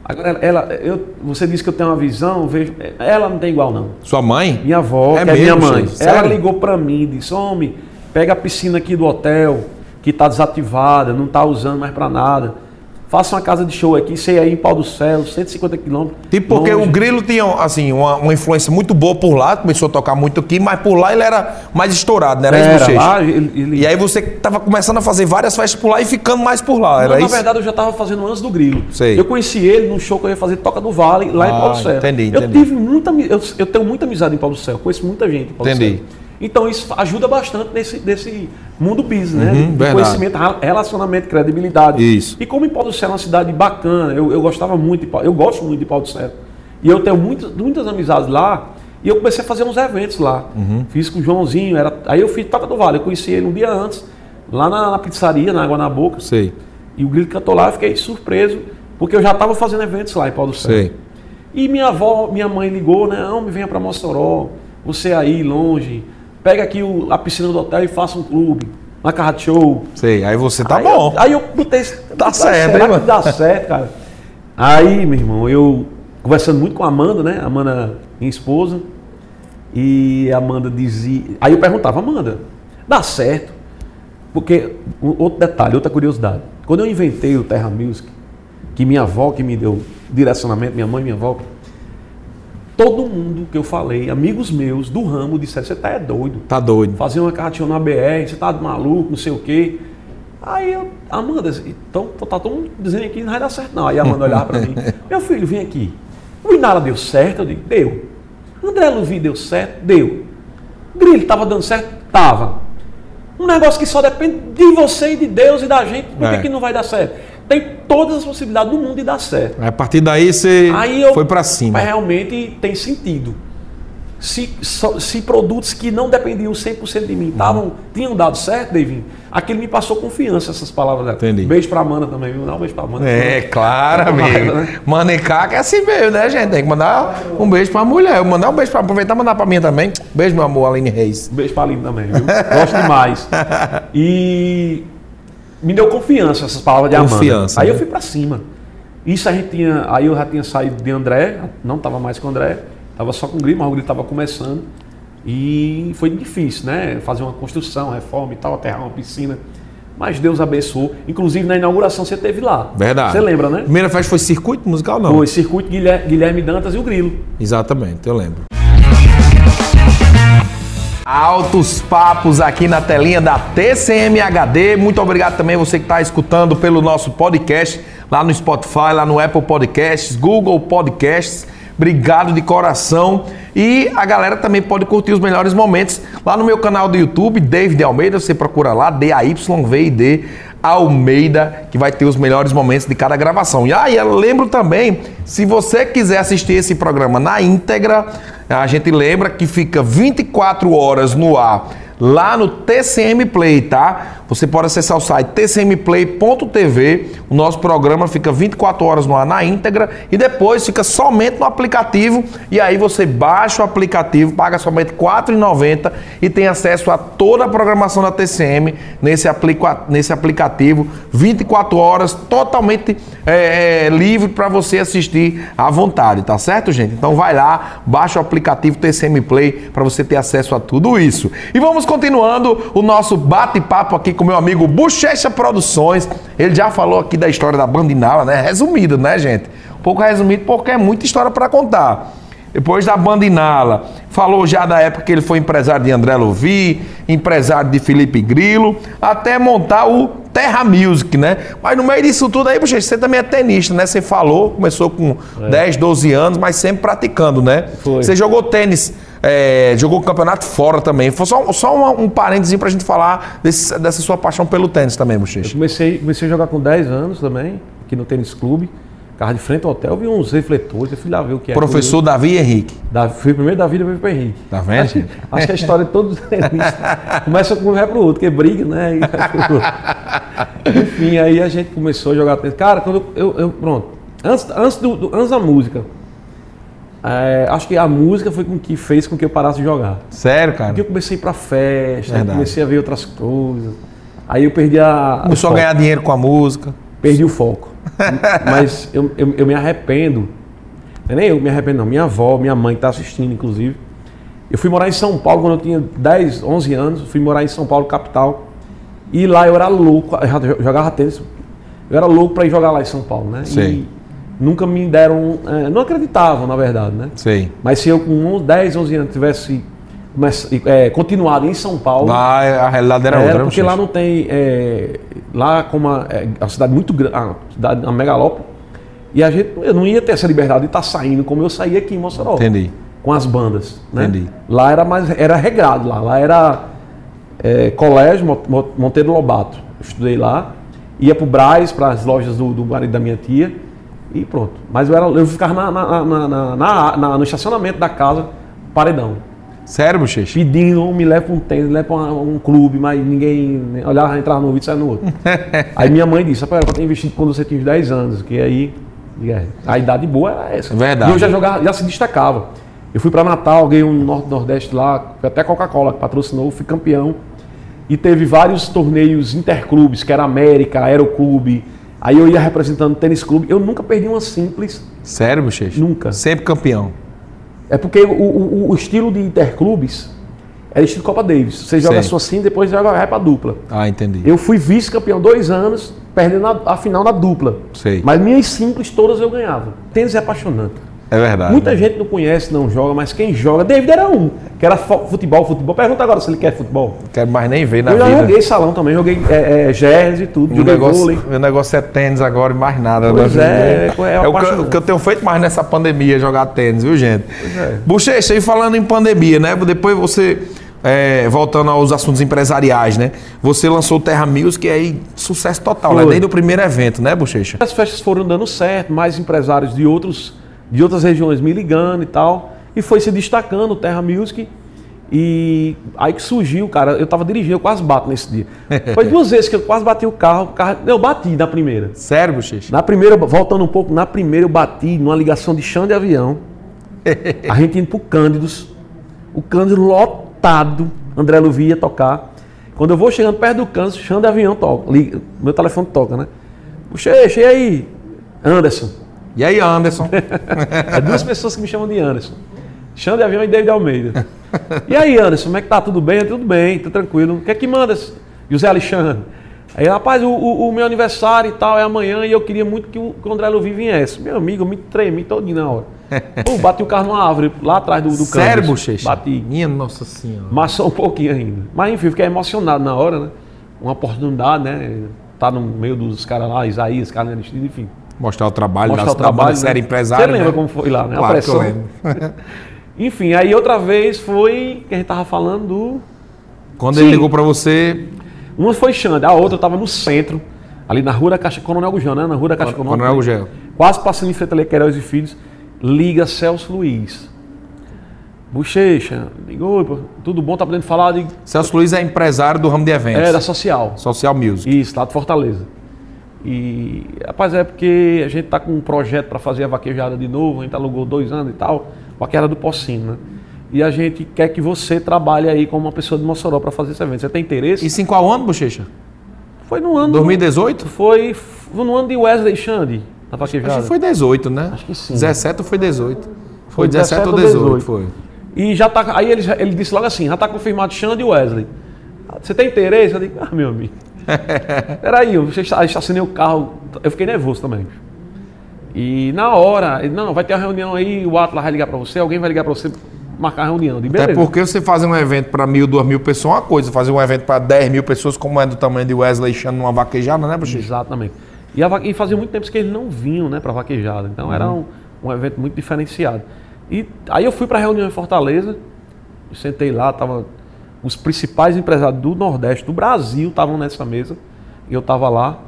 Agora, ela, ela- eu, você disse que eu tenho uma visão, eu vejo. Ela não tem igual, não. Sua mãe? Minha avó, É que é minha mesmo, mãe. gente? Ela Sério? ligou pra mim e disse: Homem, pega a piscina aqui do hotel, que tá desativada, não tá usando mais pra nada. Faça uma casa de show aqui, sei aí em Pau do Céu, 150 quilômetros. Tipo, porque longe." o Grilo tinha, assim, uma, uma influência muito boa por lá, começou a tocar muito aqui, mas por lá ele era mais estourado, né? Era, isso, era Bochecha? lá, ele, ele- E aí você tava começando a fazer várias festas por lá e ficando mais por lá, era Não, na isso? verdade, eu já estava fazendo antes do Grilo. Sei. Eu conheci ele num show que eu ia fazer Toca do Vale, lá em Ah, Paulo do Céu. entendi, eu entendi. tive muita, ami- eu, eu tenho muita amizade em Paulo do Céu, conheço muita gente em Paulo Entendi. do Céu. Então isso ajuda bastante nesse, nesse mundo business, né? Uhum, De verdade. conhecimento, ra- relacionamento, credibilidade. Isso. E como em Paulo do Céu é uma cidade bacana, eu, eu gostava muito, de Paulo- eu gosto muito de Paulo do Céu. E eu tenho muitas, muitas amizades lá. E eu comecei a fazer uns eventos lá. Uhum. Fiz com o Joãozinho. Era... Aí eu fiz Toca do Vale. Eu conheci ele um dia antes, lá na, na pizzaria, na Água na Boca. Sei, E o Grilo cantou lá, eu fiquei surpreso, porque eu já estava fazendo eventos lá em Paulo do Céu. sei. E minha avó, minha mãe ligou, né? Não, me venha para Mossoró, você aí, longe, pega aqui o- a piscina do hotel e faça um clube, uma carra de show. Sei, aí você tá Aí bom. eu- aí eu botei. esse- Tá será certo, que hein, mano? Dá certo, cara. Aí, meu irmão, eu conversando muito com a Amanda, né? Amanda, minha esposa. E a Amanda dizia. Aí eu perguntava, Amanda, dá certo? Porque, um- outro detalhe, outra curiosidade. Quando eu inventei o Terra Music, que minha avó que me deu direcionamento, minha mãe e minha avó, todo mundo que eu falei, amigos meus do ramo, disseram: você tá é doido Tá doido. fazer uma cartinha na BR, você tá maluco, não sei o quê. Aí eu, Amanda, então tá todo mundo dizendo aqui, não vai dar certo não. Aí a Amanda olhava pra mim, meu filho, vem aqui. O Inara deu certo? Eu digo, deu. André Luvi deu certo? Deu. Grilho tava dando certo? Tava. Um negócio que só depende de você e de Deus e da gente, por que É. que não vai dar certo? Tem todas as possibilidades do mundo de dar certo. Aí a partir daí você Aí eu- foi pra cima. Mas realmente tem sentido. Se, só- se produtos que não dependiam 100% de mim Uhum. tavam, tinham dado certo, Davinho, aquilo me passou confiança, essas palavras dela. Entendi. Beijo pra Amanda também, viu? Não, beijo pra Amanda. É, claro, Com raiva, amigo. né? Manecaca é assim mesmo, né, gente? Tem que mandar um beijo pra mulher. Eu mandar um beijo pra aproveitar e mandar pra mim também. Beijo, meu amor, Aline Reis. Beijo pra Aline também, viu? Gosto demais. E me deu confiança essas palavras de Amanda. Confiança, Aí né? eu fui pra cima. Isso a gente tinha. Aí eu já tinha saído de André, não tava mais com o André, tava só com o Grilo, mas o Grilo tava começando. E foi difícil, né? Fazer uma construção, reforma e tal, aterrar uma piscina. Mas Deus abençoou. Inclusive na inauguração você teve lá. Verdade. Você lembra, né? Primeira festa foi circuito musical, não? Foi Circuito Guilher- Guilherme Dantas e o Grilo. Exatamente, eu lembro. Altos papos aqui na telinha da TCM HD. Muito obrigado também você que está escutando pelo nosso podcast lá no Spotify, lá no Apple Podcasts, Google Podcasts. Obrigado de coração. E a galera também pode curtir os melhores momentos lá no meu canal do YouTube, David Almeida. Você procura lá, D-A-Y-V-I-D Almeida, que vai ter os melhores momentos de cada gravação. E aí, eu lembro também, se você quiser assistir esse programa na íntegra, a gente lembra que fica 24 horas no ar lá no TCM Play, tá? Você pode acessar o site tcmplay.tv. O nosso programa fica 24 horas no ar na íntegra e depois fica somente no aplicativo. E aí você baixa o aplicativo, paga somente R$ 4,90 e tem acesso a toda a programação da TCM nesse, aplica nesse aplicativo. 24 horas totalmente é, é, livre para você assistir à vontade, tá certo, gente? Então vai lá, baixa o aplicativo TCM Play para você ter acesso a tudo isso. E vamos continuando o nosso bate-papo aqui com meu amigo Bochecha Produções. Ele já falou aqui da história da Bandinala, né? Resumido, né, gente? Um pouco resumido porque é muita história para contar. Depois da Bandinala, falou já da época que ele foi empresário de André Louvi, empresário de Felipe Grilo, até montar o Terra Music, né? Mas no meio disso tudo aí, Bochecha, você também é tenista, né? Você falou, começou com É. 10, 12 anos, mas sempre praticando, né? Foi. Você jogou tênis, é, jogou campeonato fora também. Foi só, só uma- um parênteses pra gente falar desse- dessa sua paixão pelo tênis também, Eu Bochecha. comecei, comecei a jogar com 10 anos também, aqui no tênis clube. Carro de frente ao hotel, vi uns refletores, eu fui lá ver o que é. Professor Davi Henrique. Da, fui primeiro da vida e depois pro Henrique. Tá vendo, Acho, gente? acho que a história de todos os tenistas começa com um vai pro outro, que briga, né? E vai pro outro. Enfim, aí a gente começou a jogar tênis. Cara, quando eu. eu- eu- pronto. Antes, antes, do, do- antes da música. é, acho que a música foi com que fez com que eu parasse de jogar. Sério, Porque eu cara? comecei a ir pra festa, Verdade. comecei a ver outras coisas. Aí eu perdi a. Começou a o foco. ganhar dinheiro com a música. Perdi o foco. Mas eu, eu, eu me arrependo. Não é nem eu que me arrependo, não. Minha avó, minha mãe, que tá assistindo, inclusive. Eu fui morar em São Paulo quando eu tinha 10, 11 anos. Fui morar em São Paulo, capital. E lá eu era louco, eu já jo- jogava tênis. Eu era louco pra ir jogar lá em São Paulo, né? Sei. E nunca me deram. eh, não acreditavam, na verdade, né? Sei. Mas se eu com onze- 10, 11 anos tivesse mas, eh, continuado em São Paulo. Lá a realidade era, Era, outra, né, É, porque Bochecha? lá não tem. é, lá, como a, é, a cidade muito grande, a cidade, uma megalópole, e a gente eu não ia ter essa liberdade de estar saindo como eu saía aqui em Mossoró. Entendi. Com as bandas. Né? Entendi. Lá era mais. Era regrado lá. Lá era é, colégio Mo- Mo- Monteiro Lobato. Eu Estudei lá. Ia pro Braz, para as lojas do, do marido da minha tia. E pronto. Mas eu, era, eu ficava na, na- na- na- na- na- no estacionamento da casa, paredão Sério, Bochecha? pedindo, um me leva pra um tênis, me leva pra uma- um clube, mas ninguém né, olhava, entrava no vídeo e saia no outro. aí minha mãe disse, rapaz, era pra ter investido quando você tinha uns 10 anos, que aí é, a idade boa era essa. Verdade. E eu já jogava, já se destacava. Eu fui pra Natal, ganhei um Norte Nordeste lá, foi até Coca-Cola que patrocinou, fui campeão. E teve vários torneios interclubes, que era América, Aeroclube. Aí eu ia representando tênis clube. Eu nunca perdi uma simples Sério, Bochecha? Nunca. Sempre campeão. é porque o, o- o estilo de interclubes era estilo Copa Davis. Você joga Sei. a sua sim, depois joga vai pra dupla. Ah, entendi. Eu fui vice-campeão dois anos, perdendo a, a final na dupla. Sei. Mas minhas simples todas eu ganhava. Tênis é apaixonante. É verdade. Muita gente não conhece, não joga, mas quem joga, David era um, que era fo- futebol, futebol. Pergunta agora se ele quer futebol. Não quero mais nem ver na eu já vida. joguei salão também, joguei é, é, jazz e tudo, Meu joguei negócio, vôlei. meu negócio é tênis agora e mais nada. Pois é, é, é o que, eu- apaixonante. o que eu tenho feito mais nessa pandemia, é jogar tênis, viu, gente? é. Bochecha, e falando em pandemia, né? Depois você, é, voltando aos assuntos empresariais, né? Você lançou o Terra Music e aí sucesso total, né? Foi. Desde o primeiro evento, né, Bochecha? As festas foram dando certo, mais empresários de, outros, de outras regiões me ligando e tal. E foi se destacando o Terra Music. E aí que surgiu, cara, eu tava dirigindo, eu quase bato nesse dia. Foi duas vezes que eu quase bati o carro, o carro- eu bati na primeira. Sério, Bochecha? Na primeira, voltando um pouco, na primeira eu bati numa ligação de chão de avião. A gente indo pro Cândidos. O Cândido lotado. André Luvi ia tocar. Quando eu vou chegando perto do Cândido, chão de avião toca. Liga- meu telefone toca, né? Puxa, e aí? Anderson. E aí, Anderson? É duas pessoas que me chamam de Anderson. Xande Avião e David Almeida. E aí, Anderson, como é que tá? Tudo bem? Tudo bem, tá tranquilo. O que é que manda, José Alexandre? Aí, rapaz, o, o- o meu aniversário e tal é amanhã e eu queria muito que o, que o André Luvi viesse. Meu amigo, eu me tremi todinho na hora. Pô, bati o carro numa árvore lá atrás do, do Sério, Cândido. Bochecha? Bati. Minha Nossa Senhora. Mas só um pouquinho ainda. Mas enfim, eu fiquei emocionado na hora, né? Uma oportunidade, né? Tá no meio dos caras lá, Isaías, Carlos Aristides, enfim. Mostrar o trabalho mostrar das o trabalho. bandas, né? era empresário. Você lembra né? como foi lá, né? A Claro que eu pressão. lembro. Enfim, aí outra vez foi que a gente tava falando do. Quando Sim. ele ligou pra você, Uma foi Xande, a outra eu tava no centro, ali na rua da Caixa Coronel Gugel, né? Na rua da Caixa Coronel. Coronel Gugel. Quase passando em frente ali, Queiroz e Filhos, liga Celso Luiz. Bochecha, ligou, pô, tudo bom, tá podendo falar? Digo, Celso Luiz é empresário do ramo de eventos. é, da social. Social Music. Isso, lá de Fortaleza. E, rapaz, é porque a gente tá com um projeto para fazer a vaquejada de novo, a gente alugou dois anos e tal, vaquejada do Pocino, né? E a gente quer que você trabalhe aí como uma pessoa de Mossoró para fazer esse evento. Você tem interesse? Isso em qual ano, Bochecha? Foi no ano. 2018? Foi, foi no ano de Wesley Xande, na vaquejada. Acho que foi 18, né? Acho que sim. 17 ou foi 18? Foi Foi 17 ou 17 ou 18, foi. E já tá. Aí ele, já- ele disse logo assim: já tá confirmado Xande e Wesley. Ah, Você tem interesse? Eu digo, ah, meu amigo. Peraí, eu já assinei o carro. Eu fiquei nervoso também. E na hora, ele, não, vai ter uma reunião aí, o Atlas vai ligar pra você, alguém vai ligar pra você marcar a reunião. Eu digo, Até beleza. porque você fazer um evento pra mil, duas mil pessoas é uma coisa. Fazer um evento pra 10 mil pessoas, como é do tamanho de Wesley Chan numa vaquejada, né, Bochecha? Exatamente. E, a va- e fazia muito tempo que eles não vinham né, para vaquejada. Então era Uhum. um, um evento muito diferenciado. E aí eu fui para a reunião em Fortaleza, eu sentei lá, tava os principais empresários do Nordeste, do Brasil, estavam nessa mesa, e eu estava lá.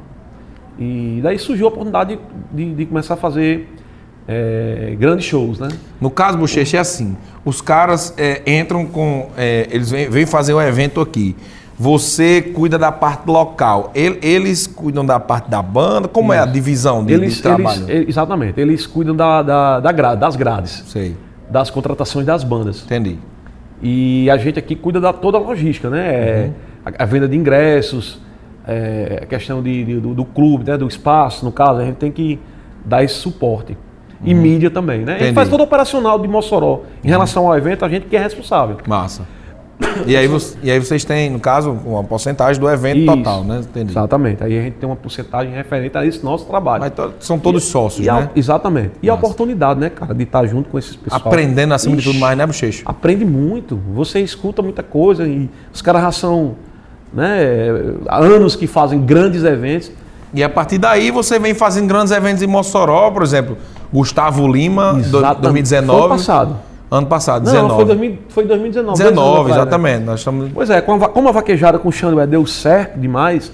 E daí surgiu a oportunidade de, de- de começar a fazer eh, grandes shows, né? No caso, Bochecha, é assim. Os caras é, entram com. é, eles vêm, vêm fazer um evento aqui. Você cuida da parte local. Ele- eles cuidam da parte da banda. Como é a divisão de, Eles, de trabalho? eles- eh, exatamente, eles cuidam da, da, da grade, das grades, Sei, das contratações das bandas. entendi. E a gente aqui cuida da toda a logística, né? É, Uhum. A, a venda de ingressos, é, a questão de, de- do, do clube, né? do espaço, no caso, a gente tem que dar esse suporte. E mídia também, né? A Uhum. Entendi. Uhum. gente faz todo o operacional de Mossoró. Em relação ao evento, a gente que é responsável. Massa. E aí, vo- e aí vocês têm, no caso, uma porcentagem do evento Isso. total, né? Entendi. Exatamente. Aí a gente tem uma porcentagem referente a esse nosso trabalho. Mas to- são todos sócios, E a- né? Exatamente. E a Massa. oportunidade, né, cara, de estar junto com esses pessoal. Aprendendo acima de tudo Ixi, mais, né, Bochecha? aprende muito. Você escuta muita coisa e os caras já são né, há anos que fazem grandes eventos. E a partir daí você vem fazendo grandes eventos em Mossoró, por exemplo, Gustavo Lima, do- Exatamente. 2019. Foi passado. Ano passado, Não, 19. não, foi, 2000, foi 2019. dois anos 19, atrás, né? exatamente. Nós estamos. Pois é, com a va- como a vaquejada com o Xandé deu certo demais,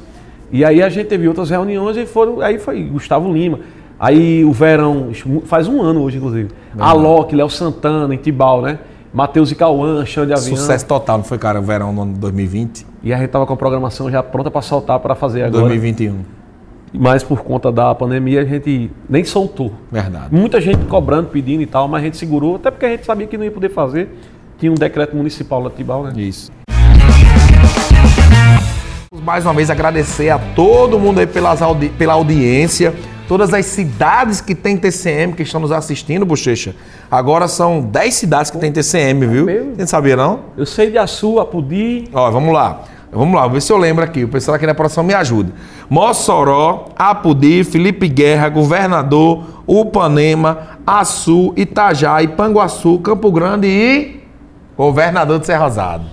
e aí a gente teve outras reuniões e foram, aí foi Gustavo Lima. Aí o Verão, faz um ano hoje, inclusive. Alok, Léo Santana, Intibal, né? Matheus e Cauã, Xande Avião. Sucesso total, não foi, cara? O verão do ano 2020, E a gente tava com a programação já pronta para saltar para fazer agora. 2021. Mas por conta da pandemia a gente nem soltou. Verdade. Muita gente cobrando, pedindo e tal, mas a gente segurou, até porque a gente sabia que não ia poder fazer. Tinha um decreto municipal lá de Tibau, né? Isso. Mais uma vez agradecer a todo mundo aí pelas audi- pela audiência, todas as cidades que tem TCM que estão nos assistindo, Bochecha. Agora são 10 cidades que tem TCM, viu? mesmo? Você não sabia, não? Eu sei de Açu, Apudi, Ó, vamos lá. Vamos lá, vou ver se eu lembro aqui. O pessoal aqui na produção me ajuda. Mossoró, Apudi, Felipe Guerra, Governador, Upanema, Açu, Itajá, Ipanguaçu, Campo Grande e Governador de Serra Rosado.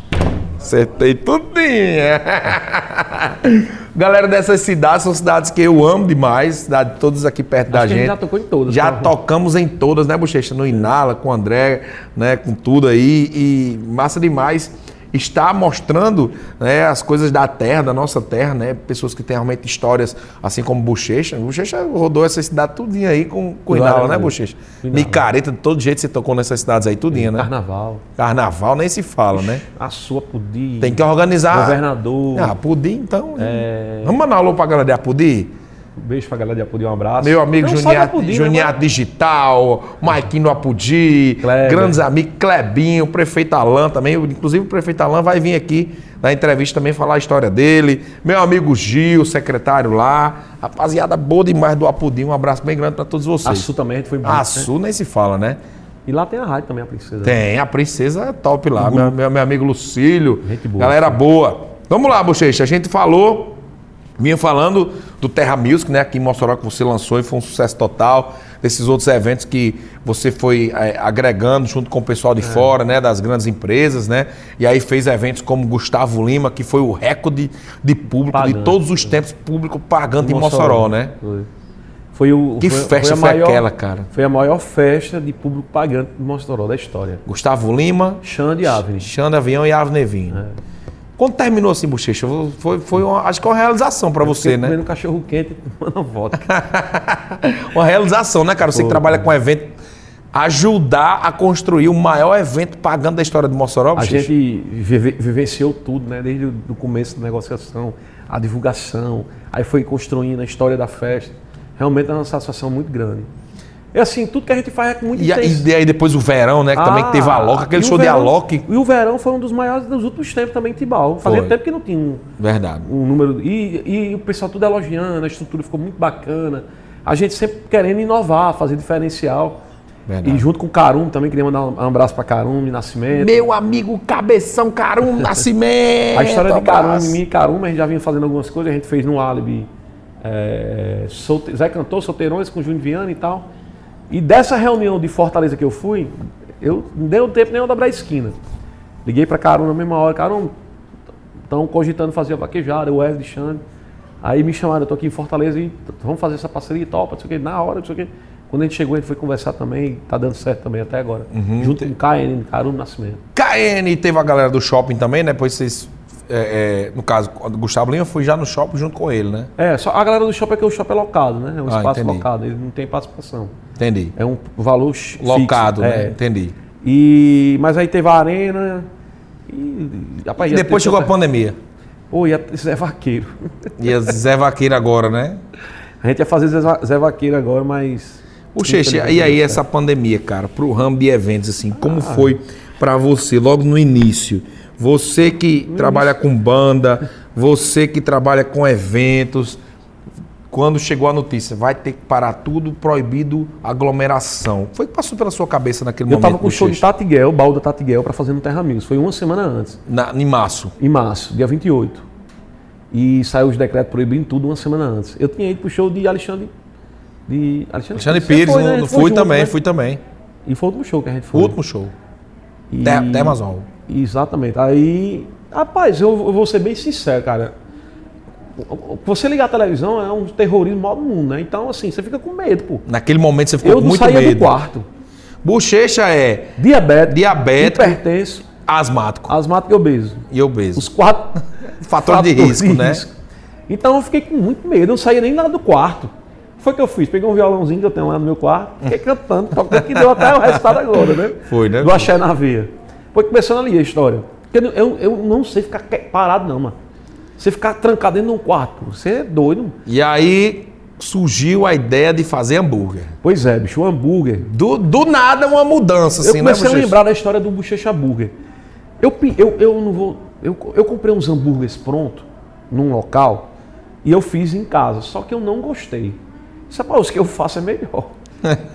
Acertei tudinho. Galera dessas cidades, são cidades que eu amo demais, cidade todas aqui perto da que a gente. gente já tocou em todas, Já tá? tocamos em todas, né, Bochecha? No Inala, com o André, né, com tudo aí. E massa demais estar mostrando né, as coisas da terra, da nossa terra, né? Pessoas que têm realmente histórias, assim como Bochecha. Bochecha rodou essa cidade tudinha aí com, com o Inala, né, Bochecha? Nicareta, de todo jeito você tocou nessas cidades aí tudinha, né? Carnaval, Carnaval nem se fala, né? Açu, Apudi, Tem que organizar. Governador. É. Ah, Pudim, então. Vamos mandar um alô pra galera de Apudi? Um beijo pra galera de Apudi, um abraço. Meu amigo Não, só de Juniato, Apudi, né, Juniato Digital, Maiquinho do Apudi, Kleber. grandes amigos, Clebinho, o prefeito Alain também. Inclusive, o prefeito Alain vai vir aqui na entrevista também falar a história dele. Meu amigo Gil, secretário lá. Rapaziada boa demais do Apudi. Um abraço bem grande pra todos mano? vocês. Açu também, a gente foi muito, A né? Su nem se fala, né? E lá tem a rádio também, a princesa. Tem, a princesa é top lá. Meu, meu- meu amigo Lucílio. Gente boa. galera boa. Vamos lá, Bochecha. A gente falou, vinha falando do Terra Music, né? Aqui em Mossoró que você lançou e foi um sucesso total. Desses outros eventos que você foi é, agregando junto com o pessoal É. de fora, né? Das grandes empresas, né? E aí fez eventos como Gustavo Lima, que foi o recorde de público Pagante. de todos os tempos, público pagando em Mossoró, né? Foi. Foi o Que foi- festa a foi aquela, cara? Foi a maior festa de público pagante de Mossoró da história. Gustavo Lima, Xande Avenue. Xanda Avião e Ave Nevin. É. Quando terminou assim, Bochecha, foi, foi uma- acho que é uma realização É pra você, né? Comendo cachorro quente, tomando vodka. Uma realização, né, cara? Você que trabalha com evento, ajudar a construir o maior evento pagando da história de Mossoró, A Bochecha. gente vive- vivenciou tudo, né? Desde o do começo da negociação, a divulgação, aí foi construindo a história da festa. Realmente é uma satisfação muito grande. É assim, tudo que a gente faz é com muito E, a- intenso. e aí depois o verão, né? Que também que teve a Loca, aquele Ah, e o show de verão- Alok. E o verão foi um dos maiores dos últimos tempos também de Tibau. Fazia Foi. tempo que não tinha um, Verdade. um número. E, e o pessoal tudo elogiando, a estrutura ficou muito bacana. A gente sempre querendo inovar, fazer diferencial. Verdade. E junto com o Carum também, queria mandar um abraço para Carum, de Nascimento. Meu amigo Cabeção Carum Nascimento. a história de abraço. Carum, minha e Carum, a gente já vinha fazendo algumas coisas, a gente fez no Alibi. É, solte... Zé Cantor, Solteirões com Júnior Viana e tal. E dessa reunião de Fortaleza que eu fui, eu não deu tempo nem eu dobrar a esquina. Liguei para Carum na mesma hora, Carum, estão cogitando fazer a vaquejada, o Wesley Xande. Aí me chamaram, eu tô aqui em Fortaleza e t- vamos fazer essa parceria e tal, não sei o que, na hora, não sei o que. Quando a gente chegou, a gente foi conversar também, tá dando certo também até agora. Junto com o KN, Carum Nascimento. KN teve a galera do shopping também, né? Depois vocês. é, é, no caso, o Gustavo Lima foi já no shopping junto com ele, né? É, só a galera do shopping é que o shopping é locado, né? É um Ah, espaço entendi. locado, ele não tem participação. Entendi. É um valor x- fixo. Locado, né? É. Entendi. E, mas aí teve a arena. E, rapaz, E depois chegou a pandemia. Oi, Zé Vaqueiro. E a Zé Vaqueiro agora, né? A gente ia fazer Zé, Va- Zé Vaqueiro agora, mas. O Xixi, é e aí essa pandemia, cara, pro ramo de eventos, assim, como Ah. foi pra você logo no início? Você que trabalha com banda, você que trabalha com eventos, quando chegou a notícia, vai ter que parar tudo, proibido aglomeração. Foi o que passou pela sua cabeça naquele Eu Um momento? tava com o show de Bochecha? Tatiguel, balda Tatiguel, pra fazer no Terra Amigos. Foi uma semana antes, Na, em março. em março, dia 28. E saiu os decretos proibindo tudo uma semana antes. Eu tinha ido pro show de Alexandre. De Alexandre, Alexandre Você Pires, foi, não- né? não Foi fui junto, também, né? fui também. E foi o último show que a gente O foi. último show. E- De- Demazol. Exatamente. Aí, rapaz, eu, eu vou ser bem sincero, cara. Você ligar a televisão é um terrorismo maior do mundo, né? Então, assim, você fica com medo, pô. Naquele momento você ficou Eu com não muito saía medo. do quarto. Bochecha é Diabetes, Diabético. hipertenso, asmático asmático e obeso. e obeso. Os quatro Fator de fatores risco, né? Então eu fiquei com muito medo, eu não saía nem lá do quarto. Foi o que eu fiz, peguei um violãozinho que eu tenho lá no meu quarto, fiquei cantando, tocando, que deu até o resultado agora, né? Foi, né? Do Axé na veia. Foi começando ali a história. Porque Eu, eu, eu não sei ficar que- parado não, mano. Você ficar trancado dentro de um quarto, você é doido. E aí surgiu a ideia de fazer hambúrguer. Pois é, bicho, o hambúrguer, Do, do nada uma mudança, Eu assim, comecei a Bochecha? lembrar da história do Bochecha Burger. Eu, pe- eu, eu não vou. Eu, co- eu comprei uns hambúrgueres pronto num local e eu fiz em casa, só que eu não gostei. Disse, "Rapaz, os que eu faço é melhor.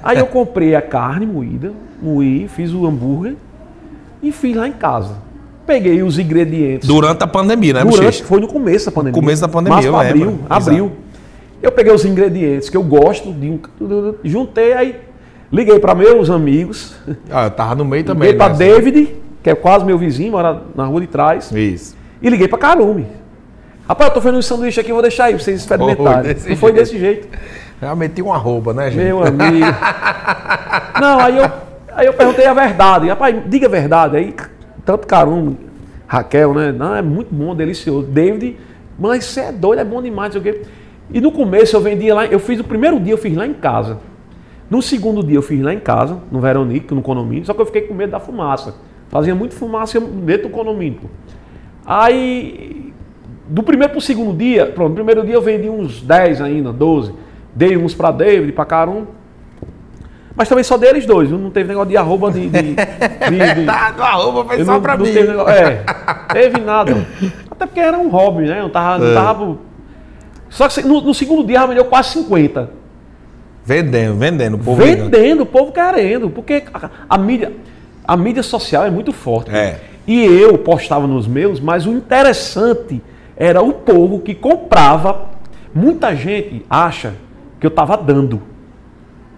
Aí eu comprei a carne moída, moí, fiz o hambúrguer e fiz lá em casa. Peguei os ingredientes. Durante a pandemia, né, Durante, Bochecha? foi no começo da pandemia. começo da pandemia, Março, eu abril, lembro. abril. Eu peguei os ingredientes que eu gosto, de um, juntei, aí liguei para meus amigos, Ah, eu tava no meio também. Liguei pra né? David, que é quase meu vizinho, mora na rua de trás. Isso. E liguei pra Carume. Rapaz, eu tô fazendo um sanduíche aqui, eu vou deixar aí pra vocês Foi experimentarem. desse Não foi jeito. desse jeito. Já meti uma roupa, né, gente? Meu amigo. Não, aí eu, aí eu perguntei a verdade. Rapaz, diga a verdade. Aí, tanto Carume, Raquel, né? Não, é muito bom, delicioso. David, mas você é doido, é bom demais, não sei o quê. E no começo eu vendia lá, eu fiz o primeiro dia, eu fiz lá em casa. No segundo dia eu fiz lá em casa, no Veronique, no condomínio, só que eu fiquei com medo da fumaça. Fazia muito fumaça dentro do condomínio. pô. Aí, do primeiro pro segundo dia, pronto, no primeiro dia eu vendi uns 10 ainda, 12. Dei uns pra David, pra Carum. Mas também só deles dois, viu? não teve negócio de arroba de. de, de- de- Tá, a roupa foi eu só não- pra não mim. Teve, negócio- é, teve nada. Até porque era um hobby, né? Eu tava. não tava- Só que no, no segundo dia já vendeu quase 50. Vendendo, vendendo. o Povo ligando. Vendendo, o povo querendo, porque a, a mídia, a mídia social é muito forte. É. E eu postava nos meus, mas o interessante era o povo que comprava. Muita gente acha que eu estava dando.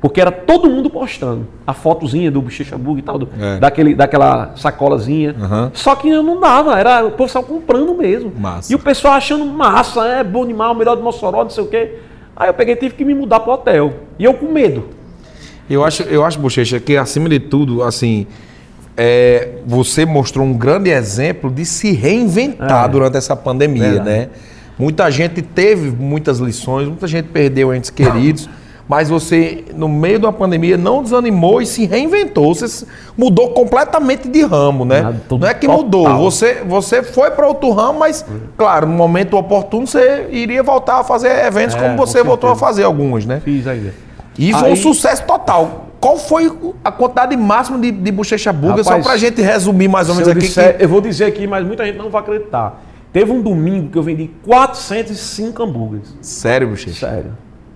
Porque era todo mundo postando a fotozinha do Bochecha Burger e tal, do- É. daquele, daquela sacolazinha. Aham. Só que eu não dava, era o pessoal comprando mesmo. Massa. E o pessoal achando massa, é bom demais, o melhor de Mossoró, não sei o quê. Aí eu peguei e tive que me mudar pro hotel. E eu com medo. Eu acho, eu acho, Bochecha, que acima de tudo, assim, é, você mostrou um grande exemplo de se reinventar É. durante essa pandemia, Verdade. né? Muita gente teve muitas lições, muita gente perdeu entes queridos, mas você, no meio da pandemia, não desanimou e se reinventou. Você se- mudou completamente de ramo, né? Nada, tudo não é que total. Hum. mudou, você, você foi para outro ramo, mas, claro, no momento oportuno, você iria voltar a fazer eventos É, como com você voltou a certeza. fazer alguns, né? Fiz ainda. E foi um Aí- sucesso total. Qual foi o- a quantidade máxima de, de bochecha burger? Só Rapaz, pra gente resumir mais ou Se menos eu, Então, aqui. disser- eu vou dizer aqui, mas muita gente não vai acreditar. Teve um domingo que eu vendi 405 hambúrgueres. que- Sério, bochecha. Sério.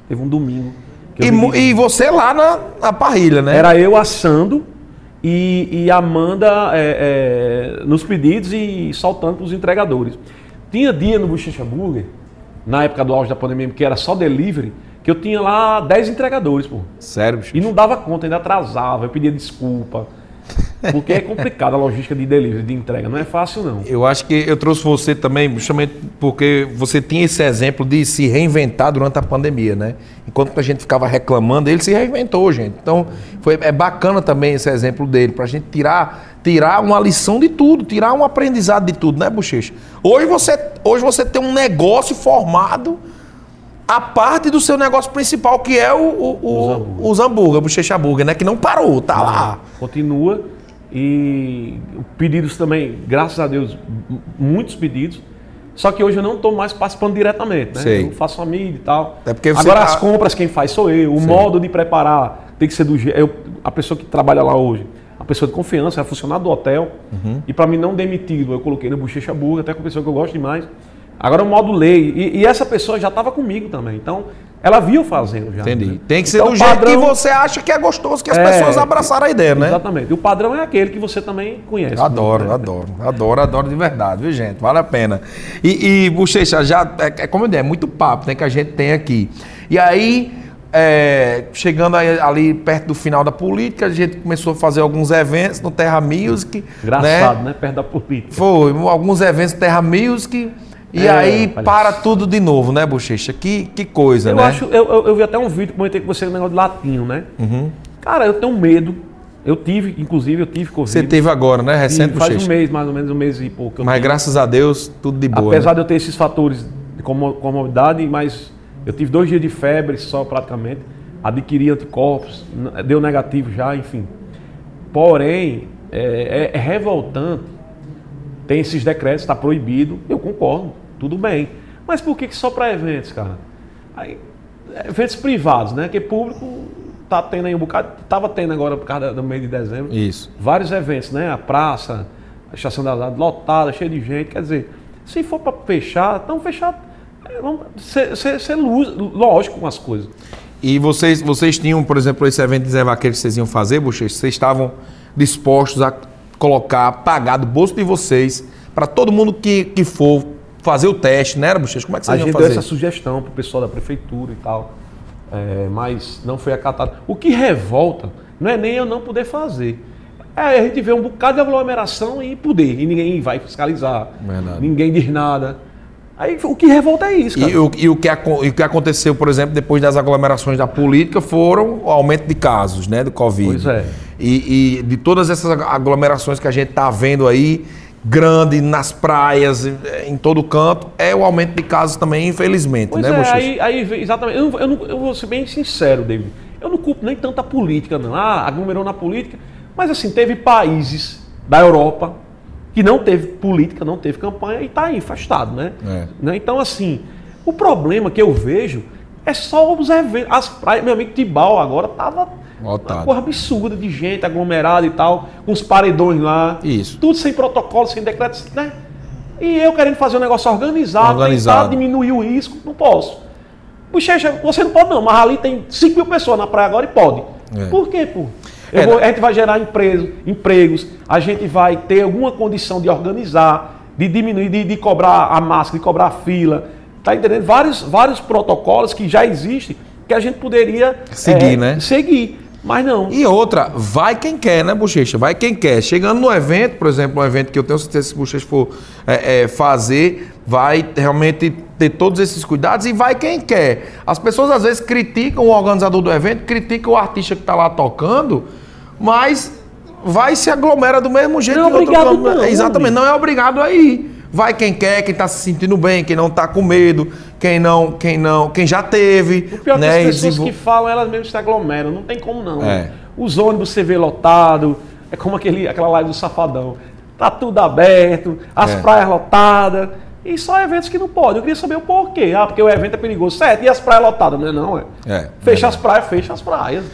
Teve um domingo. que eu E, vendi mu- e você lá na, na parrilha, né? Era eu assando e, e a Amanda é, é, nos pedidos e saltando para os entregadores. Tinha dia no Bochecha Burger, na época do auge da pandemia, que era só delivery, que eu tinha lá 10 entregadores, pô. Sério, bochecha. E não dava conta, ainda atrasava, eu pedia desculpa. Porque é complicado a logística de delivery, de entrega, não é fácil não. Eu acho que eu trouxe você também, justamente porque você tinha esse exemplo de se reinventar durante a pandemia, né? Enquanto a gente ficava reclamando, ele se reinventou, gente. Então, foi, é bacana também esse exemplo dele, pra gente tirar, tirar uma lição de tudo, tirar um aprendizado de tudo, né, Bochecha? Hoje você, hoje você tem um negócio formado a parte do seu negócio principal, que é o, o, o- Os hambúrguer. os hambúrguer, Bochecha Burger, né? Que não parou, tá lá. Continua. E pedidos também, graças a Deus, m- muitos pedidos. Só que hoje eu não estou mais participando diretamente, né? Sei. Eu faço a mídia e tal. É porque você Agora tá- as compras quem faz sou eu. O modo de preparar tem que ser do jeito. eu- A pessoa que trabalha lá hoje, a pessoa de confiança, é funcionário do hotel. Uhum. E para mim não demitido, eu coloquei no Bochecha Burger, até com a pessoa que eu gosto demais. Agora o modo lei. E, e essa pessoa já estava comigo também. Então, ela viu fazendo já. Entendi. né? Tem que ser Então, do o jeito que padrão- você acha que é gostoso, que as É, pessoas abraçaram a ideia, né? Exatamente. O padrão é aquele que você também conhece. Adoro, né? adoro, adoro, adoro de verdade, viu, gente? Vale a pena. E, e Bochecha, já, é, é como eu disse, é muito papo né, que a gente tem aqui. E aí, é, chegando aí- ali perto do final da política, a gente começou a fazer alguns eventos no Terra Music. Engraçado, né? Perto da política. Foi, alguns eventos Terra Music. E É, aí, rapaz. para tudo de novo, né, Bochecha? Que, que coisa, Eu né? acho, eu, eu, eu vi até um vídeo que comentei com você no negócio de latinho, né? Uhum. Cara, eu tenho medo. Eu tive, inclusive, eu tive Covid. Você teve agora, né? Tive, Recente, Faz um Bochecha. mês, mais ou menos, um mês e pouco. que eu Mas tive. graças a Deus, tudo de boa. Apesar né? de eu ter esses fatores de como- comorbidade, mas eu tive dois dias de febre só praticamente, adquiri anticorpos, n- deu negativo já, enfim. Porém, é, é- é revoltante. Tem esses decretos, está proibido, eu concordo, tudo bem. Mas por que, que só para eventos, cara? Aí, eventos privados, né? Porque público tá tendo aí um bocado, tava tendo agora por causa da- do mês de dezembro Isso. vários eventos, né? A praça, a estação da Lada lotada, cheia de gente. Quer dizer, se for para fechar, então fechar. é, Vamos ser, ser, ser luz- lógico com as coisas. E vocês, vocês tinham, por exemplo, esse evento de Zé Vaqueiro que vocês iam fazer, Bochecha, vocês estavam dispostos a colocar, pagar do bolso de vocês, para todo mundo que, que for fazer o teste, né, Bochecha? Como é que a vocês gente iam deu fazer? essa sugestão pro pessoal da prefeitura e tal, é, mas não foi acatado. O que revolta não é nem eu não poder fazer. É a gente vê um bocado de aglomeração e poder, e ninguém vai fiscalizar, Verdade. ninguém diz nada. Aí o que revolta é isso, cara. E, o, e o que acon- e o que aconteceu, por exemplo, depois das aglomerações da política foram o aumento de casos, né, do Covid. Pois é. E, e de todas essas aglomerações que a gente tá vendo aí, grande, nas praias, em- em todo canto, é o aumento de casos também, infelizmente, Pois né, é, Bochecha? aí, aí vem- exatamente. Eu, não- eu, não- eu vou ser bem sincero, David. Eu não culpo nem tanta política, não. Ah, aglomerou na política. Mas assim, teve países da Europa que não teve política, não teve campanha e está aí, afastado, né? É. Né? Então, assim, o problema que eu vejo é só os eventos. As praias, meu amigo Tibau agora tava Lotado. uma porra absurda de gente aglomerada e tal, com os paredões lá. Isso. Tudo sem protocolo, sem decreto, né? E eu querendo fazer um negócio organizado, Organizado. tentar diminuir o risco, não posso. Bochecha, você não pode não, mas ali tem 5 mil pessoas na praia agora e pode. É. Por quê, pô? Eu É, vou- a gente vai gerar emprego- empregos, a gente vai ter alguma condição de organizar, de diminuir, de, de cobrar a máscara, de cobrar a fila. Tá entendendo? Vários, vários protocolos que já existem que a gente poderia Seguir, eh, né? Seguir. Mas não. E outra, vai quem quer, né, Bochecha? Vai quem quer. Chegando no evento, por exemplo, um evento que eu tenho certeza que se Bochecha for é, é, fazer, vai realmente ter todos esses cuidados e vai quem quer. As pessoas às vezes criticam o organizador do evento, criticam o artista que está lá tocando, mas vai e se aglomera do mesmo jeito Não é em outro obrigado canto. não, Exatamente, não é obrigado aí. Vai quem quer, quem está se sentindo bem, quem não está com medo, quem não, quem não, quem já teve, Pior é que né? as e pessoas desenvol- que falam, elas mesmas se aglomeram. Não tem como não. É. Os ônibus você vê lotado. É como aquele, aquela live do Safadão. Tá tudo aberto, É. as praias lotadas. E só eventos que não podem. Eu queria saber o porquê. Ah, porque o evento é perigoso. Certo, e as praias lotadas? Não é não, é? É, Fecha as praias, fecha as praias.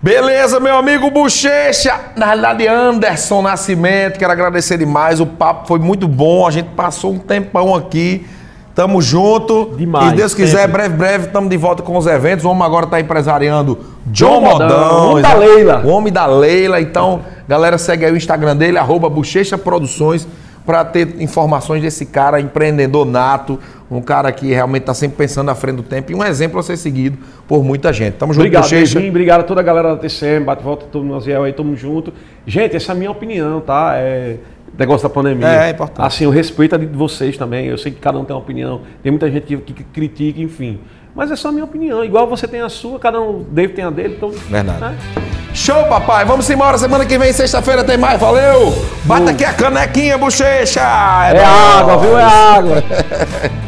Beleza, meu amigo Bochecha, na realidade Anderson Nascimento, quero agradecer demais, o papo foi muito bom, a gente passou um tempão aqui, tamo junto. Demais, E Deus quiser, sempre. breve, breve, tamo de volta com os eventos, o homem agora tá empresariando John John Modão, Modão. o homem da exa- Leila. O homem da Leila, então, galera, segue aí o Instagram dele, arroba Bochecha Produções, pra ter informações desse cara, empreendedor nato, um cara que realmente tá sempre pensando à frente do tempo e um exemplo a ser seguido por muita gente. Tamo junto, Obrigado, Bochecha. Beijinho, obrigado a toda a galera da TCM, bate volta, todo mundo Aziel aí, tamo junto. Gente, essa é a minha opinião, tá? É negócio da pandemia. É, é importante. Assim, eu respeito a de vocês também, eu sei que cada um tem uma opinião, tem muita gente que, que critica, enfim. Mas é só a minha opinião, igual você tem a sua, cada um, Dave tem a dele, então... Verdade. né? Show, papai. Vamos embora. Semana que vem, sexta-feira, tem mais. Valeu. Bata aqui a canequinha, bochecha. É água, viu? É água.